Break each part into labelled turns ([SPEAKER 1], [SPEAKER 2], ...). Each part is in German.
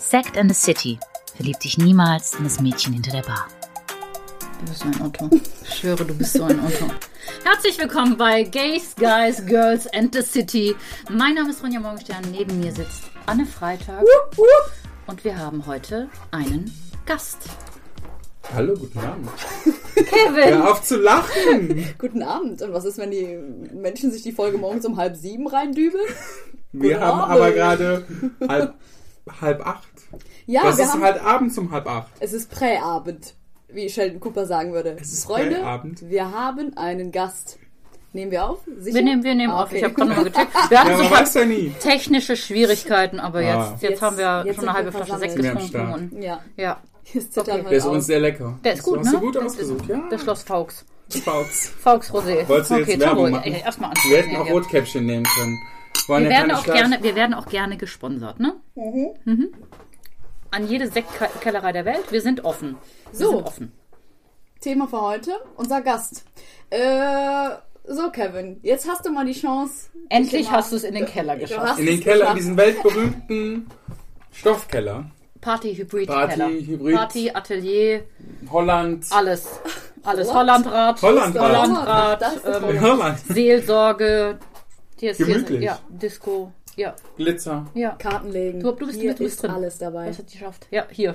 [SPEAKER 1] Sect and the City. Verlieb dich niemals in das Mädchen hinter der Bar.
[SPEAKER 2] Du bist so ein Otto. Ich schwöre, du bist so ein Otto. Herzlich willkommen bei Gays, Guys, Girls and the City. Mein Name ist Ronja Morgenstern. Neben mir sitzt Anne Freitag. Und wir haben heute einen Gast.
[SPEAKER 3] Hallo, guten Abend.
[SPEAKER 4] Kevin!
[SPEAKER 3] Hör auf zu lachen!
[SPEAKER 4] Guten Abend. Und was ist, wenn die Menschen sich die Folge morgens um halb sieben reindübeln?
[SPEAKER 3] Wir
[SPEAKER 4] Guten
[SPEAKER 3] haben
[SPEAKER 4] Abend.
[SPEAKER 3] aber gerade halb, halb acht.
[SPEAKER 4] Ja,
[SPEAKER 3] das
[SPEAKER 4] wir
[SPEAKER 3] ist
[SPEAKER 4] haben-
[SPEAKER 3] halt abends um halb acht.
[SPEAKER 4] Es ist Präabend, wie Sheldon Cooper sagen würde.
[SPEAKER 3] Es ist
[SPEAKER 4] Freunde,
[SPEAKER 3] Präabend.
[SPEAKER 4] wir haben einen Gast. Nehmen wir auf? Sicher?
[SPEAKER 2] Wir nehmen, wir nehmen
[SPEAKER 4] Ah,
[SPEAKER 2] auf. Ich
[SPEAKER 4] okay.
[SPEAKER 2] habe gerade mal gecheckt. Wir hatten
[SPEAKER 3] Ja,
[SPEAKER 2] so
[SPEAKER 3] man
[SPEAKER 2] ein paar
[SPEAKER 3] weiß ja nie.
[SPEAKER 2] technische Schwierigkeiten, aber jetzt,
[SPEAKER 3] Ah.
[SPEAKER 2] jetzt,
[SPEAKER 4] Jetzt-
[SPEAKER 2] haben wir
[SPEAKER 4] jetzt
[SPEAKER 2] schon
[SPEAKER 4] sind
[SPEAKER 2] eine halbe
[SPEAKER 4] wir
[SPEAKER 2] Flasche Sekt
[SPEAKER 3] versammelt.
[SPEAKER 2] getrunken.
[SPEAKER 3] Merkstark.
[SPEAKER 2] Und,
[SPEAKER 4] Ja,
[SPEAKER 2] ja,
[SPEAKER 4] jetzt zittern
[SPEAKER 2] Okay.
[SPEAKER 3] Der
[SPEAKER 4] wir
[SPEAKER 3] ist uns
[SPEAKER 4] aus.
[SPEAKER 3] sehr lecker.
[SPEAKER 2] der ist gut,
[SPEAKER 3] das hast
[SPEAKER 2] ne?
[SPEAKER 3] du gut
[SPEAKER 2] Das
[SPEAKER 3] ausgesucht,
[SPEAKER 2] ist
[SPEAKER 3] ja.
[SPEAKER 2] Das Schloss Fauks.
[SPEAKER 3] Spauks.
[SPEAKER 2] Fauks Rosé.
[SPEAKER 3] Wolltest du jetzt Werbung
[SPEAKER 2] Toro,
[SPEAKER 3] machen?
[SPEAKER 2] ey, Erstmal
[SPEAKER 3] Wir hätten auch
[SPEAKER 2] Ja.
[SPEAKER 3] Rotkäppchen nehmen können. Wollen
[SPEAKER 2] Wir
[SPEAKER 3] ja
[SPEAKER 2] werden,
[SPEAKER 3] keine
[SPEAKER 2] auch
[SPEAKER 3] Schlaf-
[SPEAKER 2] gerne, wir werden auch gerne gesponsert, ne? Mhm. An jede Sektkellerei der Welt. Wir sind offen. Wir
[SPEAKER 4] So.
[SPEAKER 2] sind offen.
[SPEAKER 4] Thema für heute, unser Gast. Äh, so, Kevin, jetzt hast du mal die Chance. dich
[SPEAKER 2] Endlich
[SPEAKER 4] mal-
[SPEAKER 2] hast du es in den Keller
[SPEAKER 4] Du
[SPEAKER 2] geschafft.
[SPEAKER 4] hast
[SPEAKER 3] In den
[SPEAKER 4] es
[SPEAKER 3] Keller, in
[SPEAKER 4] geschafft.
[SPEAKER 3] diesen weltberühmten Stoffkeller.
[SPEAKER 2] Party-Hybrid-Keller.
[SPEAKER 3] Party, Hybrid,
[SPEAKER 2] Party, Atelier,
[SPEAKER 3] Holland.
[SPEAKER 2] alles. Alles.
[SPEAKER 4] What?
[SPEAKER 2] Hollandrat.
[SPEAKER 3] Hollandrat.
[SPEAKER 2] Hollandrat,
[SPEAKER 4] Das ist
[SPEAKER 2] ähm,
[SPEAKER 3] Holland.
[SPEAKER 2] Seelsorge. Hier ist,
[SPEAKER 3] Gemütlich.
[SPEAKER 2] Hier ist, ja, Disco. Ja,
[SPEAKER 3] Glitzer.
[SPEAKER 2] ja.
[SPEAKER 4] Karten legen.
[SPEAKER 2] Du- du bist
[SPEAKER 4] Hier
[SPEAKER 2] mit, du bist
[SPEAKER 4] ist
[SPEAKER 2] drin.
[SPEAKER 4] alles dabei.
[SPEAKER 2] Das hat sie geschafft. Ja, hier.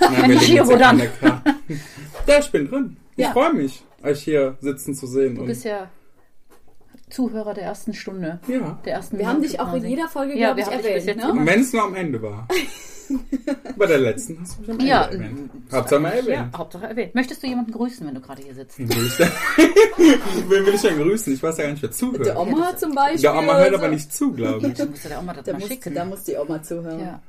[SPEAKER 3] Nein,
[SPEAKER 2] ich hier, wo dann?
[SPEAKER 3] Ja, ich bin drin. Ich
[SPEAKER 4] Ja.
[SPEAKER 3] freue mich, euch hier sitzen zu sehen.
[SPEAKER 2] Du bist ja Zuhörer der ersten Stunde.
[SPEAKER 3] ja.
[SPEAKER 2] Der ersten
[SPEAKER 4] Wir haben
[SPEAKER 2] Minute
[SPEAKER 4] dich auch in
[SPEAKER 2] quasi.
[SPEAKER 4] jeder Folge,
[SPEAKER 2] Ja,
[SPEAKER 4] glaub
[SPEAKER 2] wir
[SPEAKER 4] ich,
[SPEAKER 2] haben dich bis
[SPEAKER 4] erwähnt.
[SPEAKER 2] jetzt
[SPEAKER 4] Ne?
[SPEAKER 3] Und wenn es nur am Ende war. Bei der letzten hast du mich am Ende
[SPEAKER 2] Ja.
[SPEAKER 3] erwähnt. Hab's einmal
[SPEAKER 2] Ja,
[SPEAKER 3] erwähnt.
[SPEAKER 2] Hauptsache erwähnt. Möchtest du jemanden grüßen, wenn du gerade hier sitzt?
[SPEAKER 3] Wen will ich denn- Wen will ich denn grüßen? Ich weiß ja gar nicht, wer zuhört.
[SPEAKER 4] Der Oma zum Beispiel.
[SPEAKER 3] Der Oma hört
[SPEAKER 4] oder
[SPEAKER 3] aber
[SPEAKER 4] so.
[SPEAKER 3] nicht zu, glaube ich.
[SPEAKER 2] Dann musst du der Oma das
[SPEAKER 4] Da
[SPEAKER 2] mal
[SPEAKER 4] muss,
[SPEAKER 2] schicken.
[SPEAKER 4] da muss die Oma zuhören.
[SPEAKER 2] ja.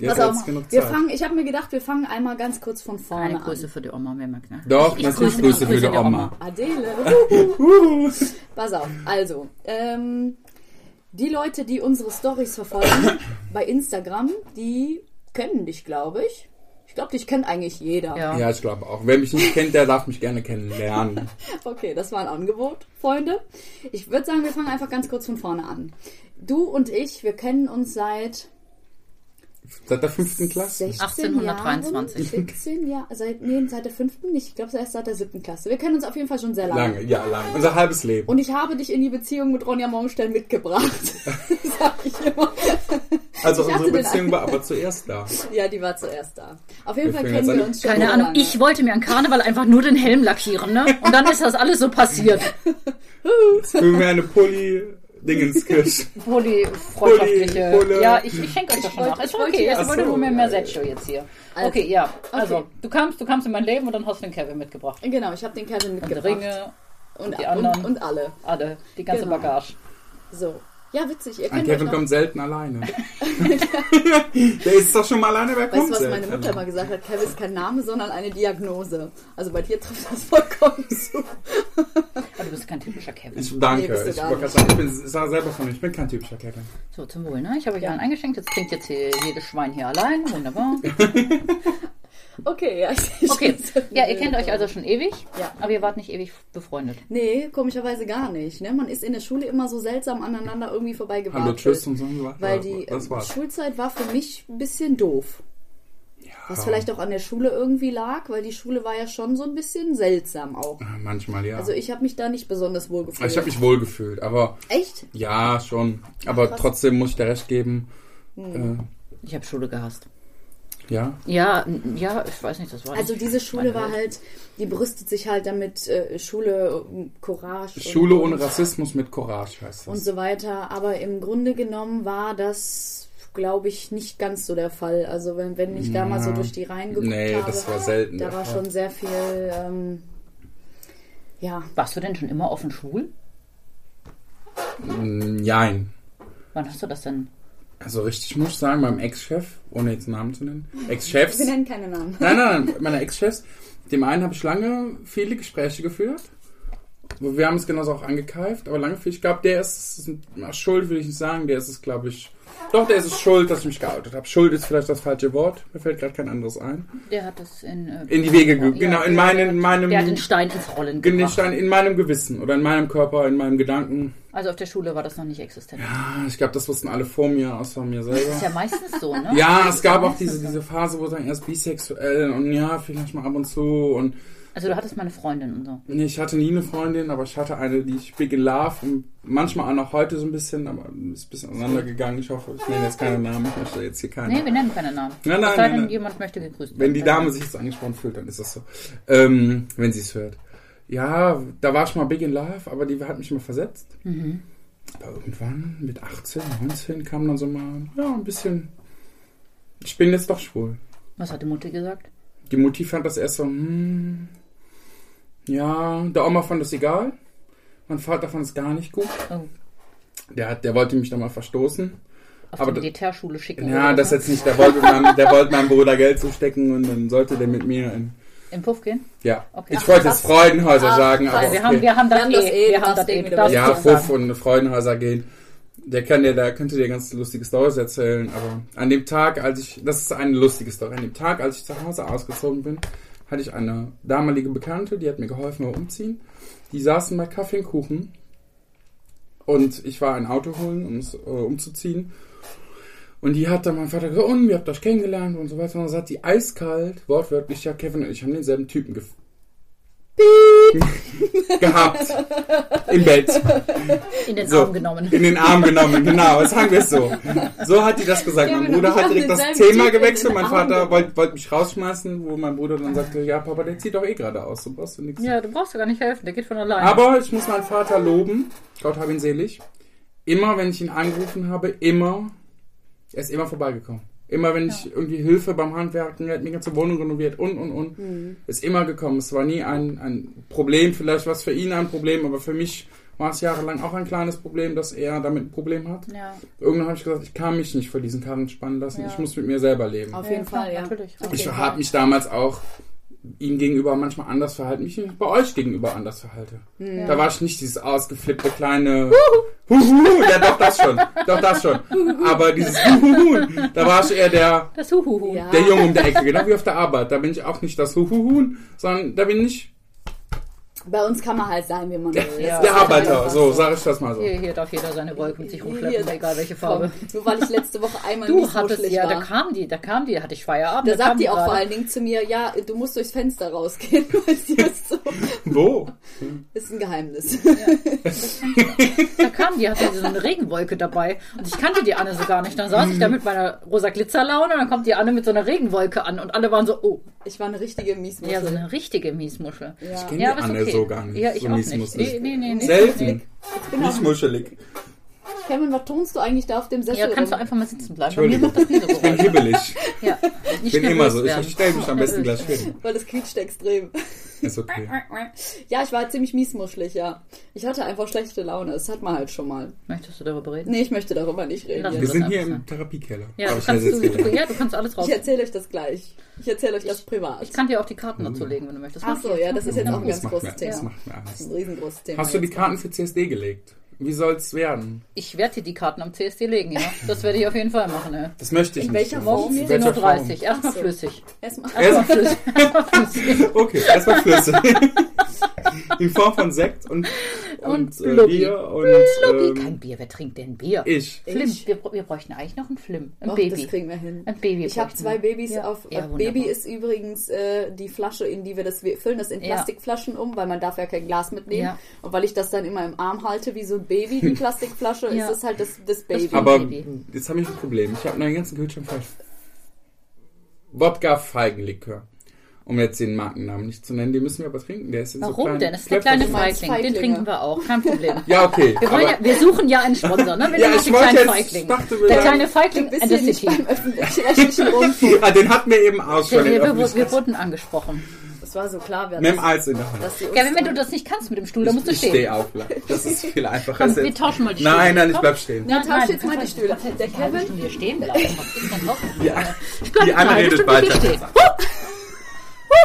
[SPEAKER 3] Jetzt
[SPEAKER 4] Pass
[SPEAKER 3] hat's
[SPEAKER 4] auf,
[SPEAKER 3] genug
[SPEAKER 4] wir
[SPEAKER 3] Zeit.
[SPEAKER 4] fangen, ich habe mir gedacht, wir fangen einmal ganz kurz von vorne
[SPEAKER 2] Keine Grüße für die Oma, wir merken. Ne?
[SPEAKER 3] Doch, natürlich
[SPEAKER 2] grüße-
[SPEAKER 3] Grüße für
[SPEAKER 2] grüße
[SPEAKER 3] die
[SPEAKER 2] der
[SPEAKER 3] Oma.
[SPEAKER 4] an. Adele.
[SPEAKER 3] Uhu.
[SPEAKER 4] Pass auf, also, ähm, die Leute, die unsere Stories verfolgen bei Instagram, die kennen dich, glaube ich. Ich glaube, dich kennt eigentlich jeder.
[SPEAKER 2] Ja.
[SPEAKER 3] Ja, ich glaube auch. Wer mich nicht kennt, der darf mich gerne kennenlernen.
[SPEAKER 4] Okay, das war ein Angebot, Freunde. Ich würde sagen, wir fangen einfach ganz kurz von vorne an. Du und ich, wir kennen uns seit
[SPEAKER 3] Seit der fünften Klasse.
[SPEAKER 4] 16
[SPEAKER 2] 1823.
[SPEAKER 4] Jahren, 17 Jahre, seit, nee, seit der fünften nicht, ich glaube erst seit der siebten Klasse. Wir kennen uns auf jeden Fall schon sehr
[SPEAKER 3] Lange, ja, lange. Unser halbes Leben.
[SPEAKER 4] Und ich habe dich in die Beziehung mit Ronja Morgenstern mitgebracht. Sag ich immer.
[SPEAKER 3] also
[SPEAKER 4] ich
[SPEAKER 3] unsere
[SPEAKER 4] hatte den
[SPEAKER 3] Beziehung war aber zuerst da.
[SPEAKER 4] Ja, die war zuerst da. Auf jeden
[SPEAKER 3] Wir
[SPEAKER 4] Fall
[SPEAKER 3] fühlen
[SPEAKER 4] kennen
[SPEAKER 3] jetzt
[SPEAKER 4] wir
[SPEAKER 3] an-
[SPEAKER 4] uns schon.
[SPEAKER 2] Keine
[SPEAKER 4] so
[SPEAKER 2] Ahnung,
[SPEAKER 4] lange.
[SPEAKER 2] ich wollte mir an Karneval einfach nur den Helm lackieren, ne? Und dann ist das alles so passiert.
[SPEAKER 3] Jetzt fühlen wir eine Pulli-Dingenskirche.
[SPEAKER 2] Polyfreundschaftliche.
[SPEAKER 3] Poli, Poli.
[SPEAKER 2] Ja, ich, ich schenke euch das schon
[SPEAKER 4] wollte-
[SPEAKER 2] nach. Ist
[SPEAKER 4] ich wollte
[SPEAKER 2] okay,
[SPEAKER 4] jetzt-
[SPEAKER 2] ich wollte
[SPEAKER 3] Ach so,
[SPEAKER 2] nur mehr
[SPEAKER 3] ja,
[SPEAKER 2] mehr
[SPEAKER 3] ja.
[SPEAKER 2] Selbstschau jetzt hier.
[SPEAKER 4] Also,
[SPEAKER 2] Okay, ja.
[SPEAKER 4] okay.
[SPEAKER 2] Also, du kamst, du kamst in mein Leben und dann hast du den Kevin mitgebracht.
[SPEAKER 4] Genau, ich habe den Kevin
[SPEAKER 2] Und die
[SPEAKER 4] mitgebracht.
[SPEAKER 2] Ringe,
[SPEAKER 4] und,
[SPEAKER 2] die anderen.
[SPEAKER 4] Und, und alle.
[SPEAKER 2] alle, die ganze
[SPEAKER 4] Genau.
[SPEAKER 2] Bagage.
[SPEAKER 4] So. Ja, witzig. Ihr
[SPEAKER 3] Ein
[SPEAKER 4] kennt euch
[SPEAKER 3] Kevin
[SPEAKER 4] noch.
[SPEAKER 3] kommt selten alleine. der ist doch schon mal alleine, wer
[SPEAKER 4] Weißt
[SPEAKER 3] kommt
[SPEAKER 4] du, was meine
[SPEAKER 3] selten
[SPEAKER 4] Mutter mal
[SPEAKER 3] alleine?
[SPEAKER 4] gesagt hat? Kevin ist kein Name, sondern eine Diagnose. Also bei dir trifft das vollkommen zu.
[SPEAKER 2] Aber du bist kein typischer Kevin.
[SPEAKER 3] Ich
[SPEAKER 4] Nee,
[SPEAKER 3] danke.
[SPEAKER 4] bist du
[SPEAKER 3] ich
[SPEAKER 4] gar
[SPEAKER 3] wollte gerade sagen, ich bin ich sag selber von mir, ich bin kein typischer Kevin.
[SPEAKER 2] So, zum Wohl, ne? Ich habe euch allen eingeschenkt. Jetzt trinkt jetzt hier jedes Schwein hier allein. Wunderbar.
[SPEAKER 4] Okay, ja. Ich
[SPEAKER 2] Okay. Ja, ihr kennt euch also schon ewig.
[SPEAKER 4] Ja.
[SPEAKER 2] Aber ihr wart nicht ewig befreundet.
[SPEAKER 4] Nee, komischerweise gar nicht. Ne? Man ist in der Schule immer so seltsam aneinander irgendwie vorbeigewartet.
[SPEAKER 3] Hallo, tschüss und so. weiter.
[SPEAKER 4] Weil die
[SPEAKER 3] das
[SPEAKER 4] ähm,
[SPEAKER 3] war's.
[SPEAKER 4] Schulzeit war für mich ein bisschen doof. Was vielleicht auch an der Schule irgendwie lag, weil die Schule war ja schon so ein bisschen seltsam auch.
[SPEAKER 3] Ah, Manchmal, ja.
[SPEAKER 4] Also ich habe mich da nicht besonders wohl gefühlt.
[SPEAKER 3] ich habe mich wohl gefühlt, aber
[SPEAKER 4] Echt?
[SPEAKER 3] ja, schon. Aber
[SPEAKER 4] krass. Hm.
[SPEAKER 3] trotzdem muss ich dir recht geben.
[SPEAKER 2] Ich habe Schule gehasst.
[SPEAKER 3] Äh, ja,
[SPEAKER 2] Ja, n- ja, ich weiß nicht, das war
[SPEAKER 4] Also
[SPEAKER 2] nicht
[SPEAKER 4] diese Schule
[SPEAKER 2] meine
[SPEAKER 4] war
[SPEAKER 2] Welt.
[SPEAKER 4] halt, die brüstet sich halt damit äh, Schule, ähm, Courage. und-
[SPEAKER 3] Schule ohne Rassismus mit Courage heißt
[SPEAKER 4] Und
[SPEAKER 3] das.
[SPEAKER 4] so weiter. Aber im Grunde genommen war das, glaube ich, nicht ganz so der Fall. Also wenn, wenn ich da mal so durch die Reihen geguckt
[SPEAKER 3] Nee,
[SPEAKER 4] habe,
[SPEAKER 3] das war selten.
[SPEAKER 4] da
[SPEAKER 3] der
[SPEAKER 4] war
[SPEAKER 3] Fall.
[SPEAKER 4] schon sehr viel, ähm, ja,
[SPEAKER 2] Warst du denn schon immer offen schwul?
[SPEAKER 3] Nein.
[SPEAKER 2] Wann hast du das denn?
[SPEAKER 3] Also richtig muss ich sagen, meinem Ex-Chef, ohne jetzt Namen zu nennen, Ex-Chefs.
[SPEAKER 4] wir nennen keine Namen.
[SPEAKER 3] Nein, nein, nein, meine Ex-Chefs. Dem einen habe ich lange viele Gespräche geführt. Wir haben es genauso auch angekeift, aber lange viel. Ich glaube, der ist es- na, schuld, will ich nicht sagen. Der ist es, glaube ich, Doch, der ist schuld, dass ich mich geoutet habe. Schuld ist vielleicht das falsche Wort. Mir fällt gerade kein anderes ein.
[SPEAKER 2] Der hat das in, äh,
[SPEAKER 3] In die Wege ge- genau, in
[SPEAKER 2] der-
[SPEAKER 3] meinen- in meinem-
[SPEAKER 2] Der hat den Stein ins Rollen
[SPEAKER 3] In, den
[SPEAKER 2] gebracht.
[SPEAKER 3] Stein, in meinem Gewissen oder in meinem Körper, in meinem Gedanken.
[SPEAKER 2] Also auf der Schule war das noch nicht existent.
[SPEAKER 3] Ah, Ich glaube, das wussten alle vor mir, außer mir selber.
[SPEAKER 2] Ist ja meistens so, ne?
[SPEAKER 3] Ja, es gab auch diese, diese Phase, wo dann erst bisexuell und ja, vielleicht mal ab und zu. Und
[SPEAKER 2] Also du hattest mal eine Freundin und so.
[SPEAKER 3] nee, ich hatte nie eine Freundin, aber ich hatte eine, die ich big in love und manchmal auch noch heute so ein bisschen, aber ist ein bisschen auseinandergegangen. Ich hoffe, ich nenne jetzt keinen Namen, ich möchte jetzt hier keinen.
[SPEAKER 2] Nee, wir nennen keine Namen.
[SPEAKER 3] Nein, nein,
[SPEAKER 2] es sei denn,
[SPEAKER 3] nein, nein.
[SPEAKER 2] jemand möchte gegrüßt werden.
[SPEAKER 3] Wenn die Dame sich jetzt angesprochen fühlt, dann ist das so. Ähm, wenn sie es hört. Ja, da war ich mal big in love, aber die hat mich mal versetzt.
[SPEAKER 2] Mhm.
[SPEAKER 3] Aber irgendwann mit 18, 19 kam dann so mal, ja, ein bisschen. Ich bin jetzt doch schwul.
[SPEAKER 2] Was hat die Mutti gesagt?
[SPEAKER 3] Die Mutti fand das erst so, hm, ja, der Oma fand das egal. Mein Vater fand es gar nicht gut.
[SPEAKER 2] Oh,
[SPEAKER 3] Der, hat, der wollte mich dann mal verstoßen.
[SPEAKER 2] auf
[SPEAKER 3] Aber
[SPEAKER 2] die
[SPEAKER 3] das-
[SPEAKER 2] Militärschule schicken.
[SPEAKER 3] Ja,
[SPEAKER 2] oder
[SPEAKER 3] das
[SPEAKER 2] so.
[SPEAKER 3] jetzt nicht. Der wollte, meinem, der wollte meinem Bruder Geld zustecken und dann sollte der mit mir in
[SPEAKER 2] Im Puff gehen?
[SPEAKER 3] Ja,
[SPEAKER 2] Okay.
[SPEAKER 3] ich wollte jetzt Freudenhäuser sagen, aber
[SPEAKER 2] Also wir, haben,
[SPEAKER 3] okay.
[SPEAKER 2] wir haben das
[SPEAKER 4] Wir haben das
[SPEAKER 2] eh.
[SPEAKER 4] eh,
[SPEAKER 2] Wir
[SPEAKER 4] das
[SPEAKER 2] haben das
[SPEAKER 4] Ding
[SPEAKER 2] eh.
[SPEAKER 4] wieder
[SPEAKER 2] Das
[SPEAKER 3] ja,
[SPEAKER 2] ist sozusagen-
[SPEAKER 3] Fuff und Freudenhäuser gehen. Der kann dir, da könnte dir ganz lustige Stories erzählen, aber an dem Tag, als ich, das ist eine lustige Story, an dem Tag, als ich zu Hause ausgezogen bin, hatte ich eine damalige Bekannte, die hat mir geholfen beim Umziehen. Die saßen bei Kaffee und Kuchen und ich war ein Auto holen, um es äh, umzuziehen. Und die hat dann mein Vater gesagt, und, ihr habt euch kennengelernt und so weiter. Und dann sagt die eiskalt, wortwörtlich, ja, Kevin und ich haben denselben Typen gef gehabt. Im Bett.
[SPEAKER 2] in den
[SPEAKER 3] So.
[SPEAKER 2] Arm genommen.
[SPEAKER 3] In den Arm genommen, genau, sagen wir es so. So hat die das gesagt.
[SPEAKER 4] Ja,
[SPEAKER 3] mein
[SPEAKER 4] genau,
[SPEAKER 3] Bruder
[SPEAKER 4] ich
[SPEAKER 3] hat
[SPEAKER 4] hab
[SPEAKER 3] direkt das
[SPEAKER 4] denselben Typ
[SPEAKER 3] Thema
[SPEAKER 4] in
[SPEAKER 3] gewechselt.
[SPEAKER 4] den
[SPEAKER 3] Mein
[SPEAKER 4] Arm
[SPEAKER 3] Vater
[SPEAKER 4] genommen.
[SPEAKER 3] wollte wollt mich rausschmeißen, wo mein Bruder dann sagte, ja, Papa, der zieht doch eh gerade aus, du brauchst doch nichts.
[SPEAKER 2] Ja, du brauchst ja gar nicht helfen. Der geht von alleine.
[SPEAKER 3] Aber ich muss meinen Vater loben, Gott hab ihn selig. Immer, wenn ich ihn angerufen habe, immer, er ist immer vorbeigekommen. Immer, wenn ich irgendwie Hilfe beim Handwerken, er hat mir ganze Wohnung renoviert und, und, und,
[SPEAKER 4] Mhm.
[SPEAKER 3] ist immer gekommen. Es war nie ein, ein Problem, vielleicht war es für ihn ein Problem, aber für mich war es jahrelang auch ein kleines Problem, dass er damit ein Problem hat.
[SPEAKER 2] ja,
[SPEAKER 3] Irgendwann habe ich gesagt, ich kann mich nicht vor diesen Karren spannen lassen,
[SPEAKER 2] Ja.
[SPEAKER 3] ich muss mit mir selber leben.
[SPEAKER 4] Auf jeden Fall, ja.
[SPEAKER 2] Natürlich.
[SPEAKER 3] Ich habe mich damals auch ihm gegenüber manchmal anders verhalten, mich bei euch gegenüber anders verhalte.
[SPEAKER 2] Hm.
[SPEAKER 3] Da war ich nicht dieses ausgeflippte kleine Huhu, ja doch das schon, doch das schon. Aber dieses Huhu, da war ich eher der,
[SPEAKER 2] Das Huhuhu.
[SPEAKER 4] Ja.
[SPEAKER 3] der Junge um der Ecke, genau wie auf der Arbeit. Da bin ich auch nicht das Huhuhu, sondern da bin ich
[SPEAKER 4] Bei uns kann man halt sein, wie man will.
[SPEAKER 2] Ja.
[SPEAKER 4] Das
[SPEAKER 3] der
[SPEAKER 4] ist halt
[SPEAKER 3] Arbeiter,
[SPEAKER 4] einfach
[SPEAKER 3] so sage ich das mal so.
[SPEAKER 2] Hier, hier darf jeder seine Wolke mit sich rumschleppen,
[SPEAKER 4] Hier,
[SPEAKER 2] egal welche
[SPEAKER 4] Komm,
[SPEAKER 2] Farbe.
[SPEAKER 4] nur weil ich letzte Woche einmal
[SPEAKER 2] Du
[SPEAKER 4] nicht
[SPEAKER 2] hattest ja, da
[SPEAKER 4] war.
[SPEAKER 2] kam die, da kam die, hatte ich Feierabend.
[SPEAKER 4] Da
[SPEAKER 2] kam
[SPEAKER 4] sagt die auch
[SPEAKER 2] gerade.
[SPEAKER 4] vor allen Dingen zu mir, ja, du musst durchs Fenster rausgehen, weil sie ist so.
[SPEAKER 3] Wo?
[SPEAKER 4] Ist ein Geheimnis.
[SPEAKER 2] Da kam die, hatte so eine Regenwolke dabei. Und ich kannte die Anne so gar nicht. Dann saß ich da
[SPEAKER 3] Mhm.
[SPEAKER 2] mit meiner rosa Glitzerlaune und dann kommt die Anne mit so einer Regenwolke an und alle waren so, oh,
[SPEAKER 4] Ich war eine richtige
[SPEAKER 2] ja, so
[SPEAKER 4] Miesmuschel.
[SPEAKER 2] eine richtige Miesmuschel. Ja,
[SPEAKER 3] Ich kenne
[SPEAKER 2] ja
[SPEAKER 3] die
[SPEAKER 2] aber ist
[SPEAKER 3] Anne
[SPEAKER 2] okay.
[SPEAKER 3] so gar nicht.
[SPEAKER 2] Ja, ich
[SPEAKER 3] so
[SPEAKER 2] auch nicht.
[SPEAKER 3] miesmuschelig.
[SPEAKER 2] Nee, nee, nee, nee.
[SPEAKER 3] Selten.
[SPEAKER 4] bin
[SPEAKER 3] Nicht muschelig.
[SPEAKER 4] Kevin, was tonst du eigentlich da auf dem Sessel
[SPEAKER 2] Ja, kannst du
[SPEAKER 4] rum?
[SPEAKER 2] einfach mal sitzen bleiben. Bei mir macht das nie so
[SPEAKER 3] Ich bin
[SPEAKER 2] Geräusche.
[SPEAKER 3] hibbelig.
[SPEAKER 2] Ja,
[SPEAKER 3] Ich bin immer so. Ich stelle mich am besten gleich hin.
[SPEAKER 4] Weil das quietscht extrem.
[SPEAKER 3] Ist okay.
[SPEAKER 4] Ja, ich war ziemlich miesmuschelig, ja. Ich hatte einfach schlechte Laune. Das hat man halt schon mal.
[SPEAKER 2] Möchtest du darüber reden?
[SPEAKER 4] Nee, ich möchte darüber nicht reden.
[SPEAKER 2] Lass
[SPEAKER 4] jetzt.
[SPEAKER 3] Wir
[SPEAKER 2] Das
[SPEAKER 3] sind
[SPEAKER 2] ist
[SPEAKER 3] hier
[SPEAKER 2] einfach
[SPEAKER 3] im Therapiekeller.
[SPEAKER 2] Ja,
[SPEAKER 3] Hab
[SPEAKER 2] du
[SPEAKER 3] ich
[SPEAKER 2] kannst,
[SPEAKER 3] mir jetzt
[SPEAKER 2] du,
[SPEAKER 3] gedacht.
[SPEAKER 2] ja, du kannst alles raus.
[SPEAKER 4] Ich erzähle euch das gleich. Ich erzähle euch das privat.
[SPEAKER 2] Ich kann dir auch die Karten dazu legen, wenn du möchtest.
[SPEAKER 4] Ach so, ja, das ist jetzt auch ein
[SPEAKER 3] Das
[SPEAKER 4] ganz
[SPEAKER 3] macht, mir,
[SPEAKER 4] großes
[SPEAKER 3] das
[SPEAKER 4] Thema.
[SPEAKER 3] macht mir
[SPEAKER 4] Das
[SPEAKER 3] Angst.
[SPEAKER 4] ist ein riesengroßes Thema.
[SPEAKER 3] Hast du die
[SPEAKER 4] jetzt.
[SPEAKER 3] Karten für CSD gelegt? Wie soll's werden?
[SPEAKER 2] Ich werde dir die Karten am CSD legen, ja. Das werde ich auf jeden Fall machen, ja.
[SPEAKER 3] Das möchte ich
[SPEAKER 4] In
[SPEAKER 3] nicht.
[SPEAKER 4] welcher
[SPEAKER 3] wissen.
[SPEAKER 4] Form?
[SPEAKER 3] In welcher
[SPEAKER 2] 10.30 Uhr.
[SPEAKER 3] Form?
[SPEAKER 2] Erstmal
[SPEAKER 4] Ach so.
[SPEAKER 2] flüssig.
[SPEAKER 4] Erstmal.
[SPEAKER 3] Erst,
[SPEAKER 2] Flüssig. flüssig.
[SPEAKER 3] okay, erstmal Flüsse. In Form von Sekt und, und,
[SPEAKER 2] Und
[SPEAKER 3] äh,
[SPEAKER 2] Lobby.
[SPEAKER 3] Bier und
[SPEAKER 2] Lobby,
[SPEAKER 3] ähm,
[SPEAKER 2] kein Bier. Wer trinkt denn Bier?
[SPEAKER 3] ich.
[SPEAKER 2] Flim.
[SPEAKER 4] Ich?
[SPEAKER 2] Wir, wir bräuchten eigentlich noch einen Flim. Ein
[SPEAKER 4] Och, Das
[SPEAKER 2] Baby.
[SPEAKER 4] kriegen wir hin.
[SPEAKER 2] Ein Baby.
[SPEAKER 4] Ich habe
[SPEAKER 2] bräuchten
[SPEAKER 4] zwei
[SPEAKER 2] wir.
[SPEAKER 4] Babys
[SPEAKER 2] Ja.
[SPEAKER 4] auf.
[SPEAKER 2] Ja, wunderbar.
[SPEAKER 4] Baby ist übrigens äh, die Flasche, in die wir das. Wir füllen das in
[SPEAKER 2] Ja.
[SPEAKER 4] Plastikflaschen um, weil man darf ja kein Glas mitnehmen.
[SPEAKER 2] Ja.
[SPEAKER 4] Und weil ich das dann immer im Arm halte, wie so ein Baby, die Plastikflasche,
[SPEAKER 2] Ja.
[SPEAKER 4] ist es halt das, das Baby.
[SPEAKER 2] stimmt.
[SPEAKER 3] Aber
[SPEAKER 2] Baby.
[SPEAKER 3] jetzt habe ich ein Problem. Ich habe meinen ganzen Kühlschrank voll Wodka-Feigenlikör. Um jetzt den Markennamen nicht zu nennen, den müssen wir aber trinken. Der ist in so
[SPEAKER 2] Warum
[SPEAKER 3] kleinen
[SPEAKER 2] denn? Das ist der kleine
[SPEAKER 3] Klöpfchen.
[SPEAKER 4] meinst
[SPEAKER 2] Feigling. Den
[SPEAKER 4] Feiglinge.
[SPEAKER 2] trinken wir auch. Kein Problem.
[SPEAKER 3] Ja, okay.
[SPEAKER 2] Wir, wollen
[SPEAKER 3] aber-
[SPEAKER 2] ja, wir suchen ja einen Sponsor, ne? Wir
[SPEAKER 3] Ja,
[SPEAKER 2] nehmen
[SPEAKER 3] ich
[SPEAKER 2] den
[SPEAKER 3] wollte
[SPEAKER 2] kleinen
[SPEAKER 3] jetzt-
[SPEAKER 2] Feigling.
[SPEAKER 3] dachte, wir
[SPEAKER 2] der
[SPEAKER 3] sagen-
[SPEAKER 2] kleine
[SPEAKER 4] Du
[SPEAKER 2] Feigling
[SPEAKER 4] bist
[SPEAKER 2] and
[SPEAKER 4] hier
[SPEAKER 2] the
[SPEAKER 4] nicht
[SPEAKER 2] City.
[SPEAKER 4] beim öffentlich-rechtlichen Rundfunk.
[SPEAKER 3] Ah, den hatten wir eben auch
[SPEAKER 2] Der, der,
[SPEAKER 3] schon. den
[SPEAKER 2] wir, wir
[SPEAKER 3] öffentlichen-
[SPEAKER 2] wurden angesprochen.
[SPEAKER 4] Das war so klar, wer
[SPEAKER 3] Mit dem
[SPEAKER 4] das,
[SPEAKER 3] Eis in der Hand.
[SPEAKER 4] dass die uns
[SPEAKER 2] Kevin, wenn du das nicht kannst mit dem Stuhl, dann musst du
[SPEAKER 3] ich
[SPEAKER 2] stehen.
[SPEAKER 3] stehe auf. Das ist viel einfacher.
[SPEAKER 2] Komm,
[SPEAKER 3] als
[SPEAKER 2] wir
[SPEAKER 3] jetzt.
[SPEAKER 2] tauschen mal die Stühle.
[SPEAKER 3] Nein, nein, ich
[SPEAKER 2] Komm.
[SPEAKER 3] bleib stehen.
[SPEAKER 4] Na, tausch
[SPEAKER 2] Nein,
[SPEAKER 4] jetzt mal die Stühle. Der
[SPEAKER 2] Halbe
[SPEAKER 4] Kevin,
[SPEAKER 2] Stunde hier stehen bleiben. Was ist denn los?
[SPEAKER 3] Ja.
[SPEAKER 2] bleib
[SPEAKER 3] Die
[SPEAKER 2] eine
[SPEAKER 3] Anne
[SPEAKER 2] halbe
[SPEAKER 3] redet
[SPEAKER 2] Stunde hier
[SPEAKER 3] weiter.
[SPEAKER 2] stehen.
[SPEAKER 4] ich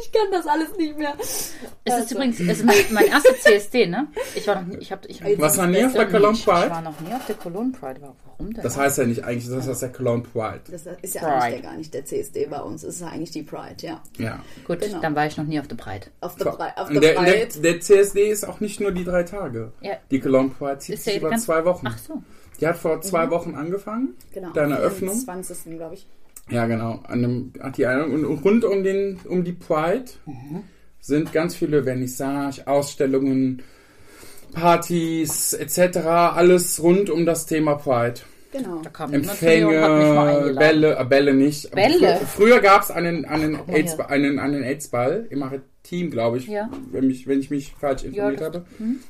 [SPEAKER 4] Ich kann das alles nicht mehr.
[SPEAKER 2] Es ist
[SPEAKER 4] Also.
[SPEAKER 2] übrigens es ist mein, mein erster CSD, ne? Ich war noch nie, ich hab, ich hab,
[SPEAKER 3] Was war nie auf der Cologne
[SPEAKER 2] Ich war
[SPEAKER 3] Pride?
[SPEAKER 2] noch nie auf der Cologne Pride. Warum denn?
[SPEAKER 3] Das heißt ja nicht eigentlich, das heißt ja Cologne Pride.
[SPEAKER 4] Das ist ja
[SPEAKER 2] Pride.
[SPEAKER 4] eigentlich der, gar nicht der CSD bei uns. Es ist ja eigentlich die Pride, ja.
[SPEAKER 3] Ja.
[SPEAKER 2] Gut,
[SPEAKER 4] genau.
[SPEAKER 2] dann war ich noch nie auf der Pride.
[SPEAKER 4] Auf der, Pri auf der,
[SPEAKER 3] Und der, der,
[SPEAKER 4] Pride.
[SPEAKER 3] der CSD ist auch nicht nur die drei Tage.
[SPEAKER 2] Ja.
[SPEAKER 3] Die Cologne Pride zieht
[SPEAKER 2] Ist ja
[SPEAKER 3] sich über
[SPEAKER 2] ganz-
[SPEAKER 3] zwei Wochen.
[SPEAKER 2] Ach so. Mhm.
[SPEAKER 3] Die hat vor zwei Wochen angefangen.
[SPEAKER 4] genau.
[SPEAKER 3] Deine
[SPEAKER 4] am
[SPEAKER 3] Eröffnung.
[SPEAKER 4] 20. glaube ich.
[SPEAKER 3] Ja, genau. An dem, hat die Einladung. Und, und rund um, den, um die Pride sind ganz viele Vernissage, Ausstellungen, Partys etc. Alles rund um das Thema Pride.
[SPEAKER 4] Genau.
[SPEAKER 2] Da kam jemand zu mir und hat mich mal
[SPEAKER 3] Empfänge,
[SPEAKER 2] eingeladen.
[SPEAKER 3] Bälle, äh, Bälle nicht. Aber
[SPEAKER 2] Bälle?
[SPEAKER 3] Frü früher gab es einen, einen,
[SPEAKER 2] mal
[SPEAKER 3] AIDS,
[SPEAKER 2] her.
[SPEAKER 3] einen, einen AIDS-Ball im Maritim, glaube ich,
[SPEAKER 2] Ja.
[SPEAKER 3] wenn, mich, wenn ich mich falsch informiert
[SPEAKER 2] das-
[SPEAKER 3] habe.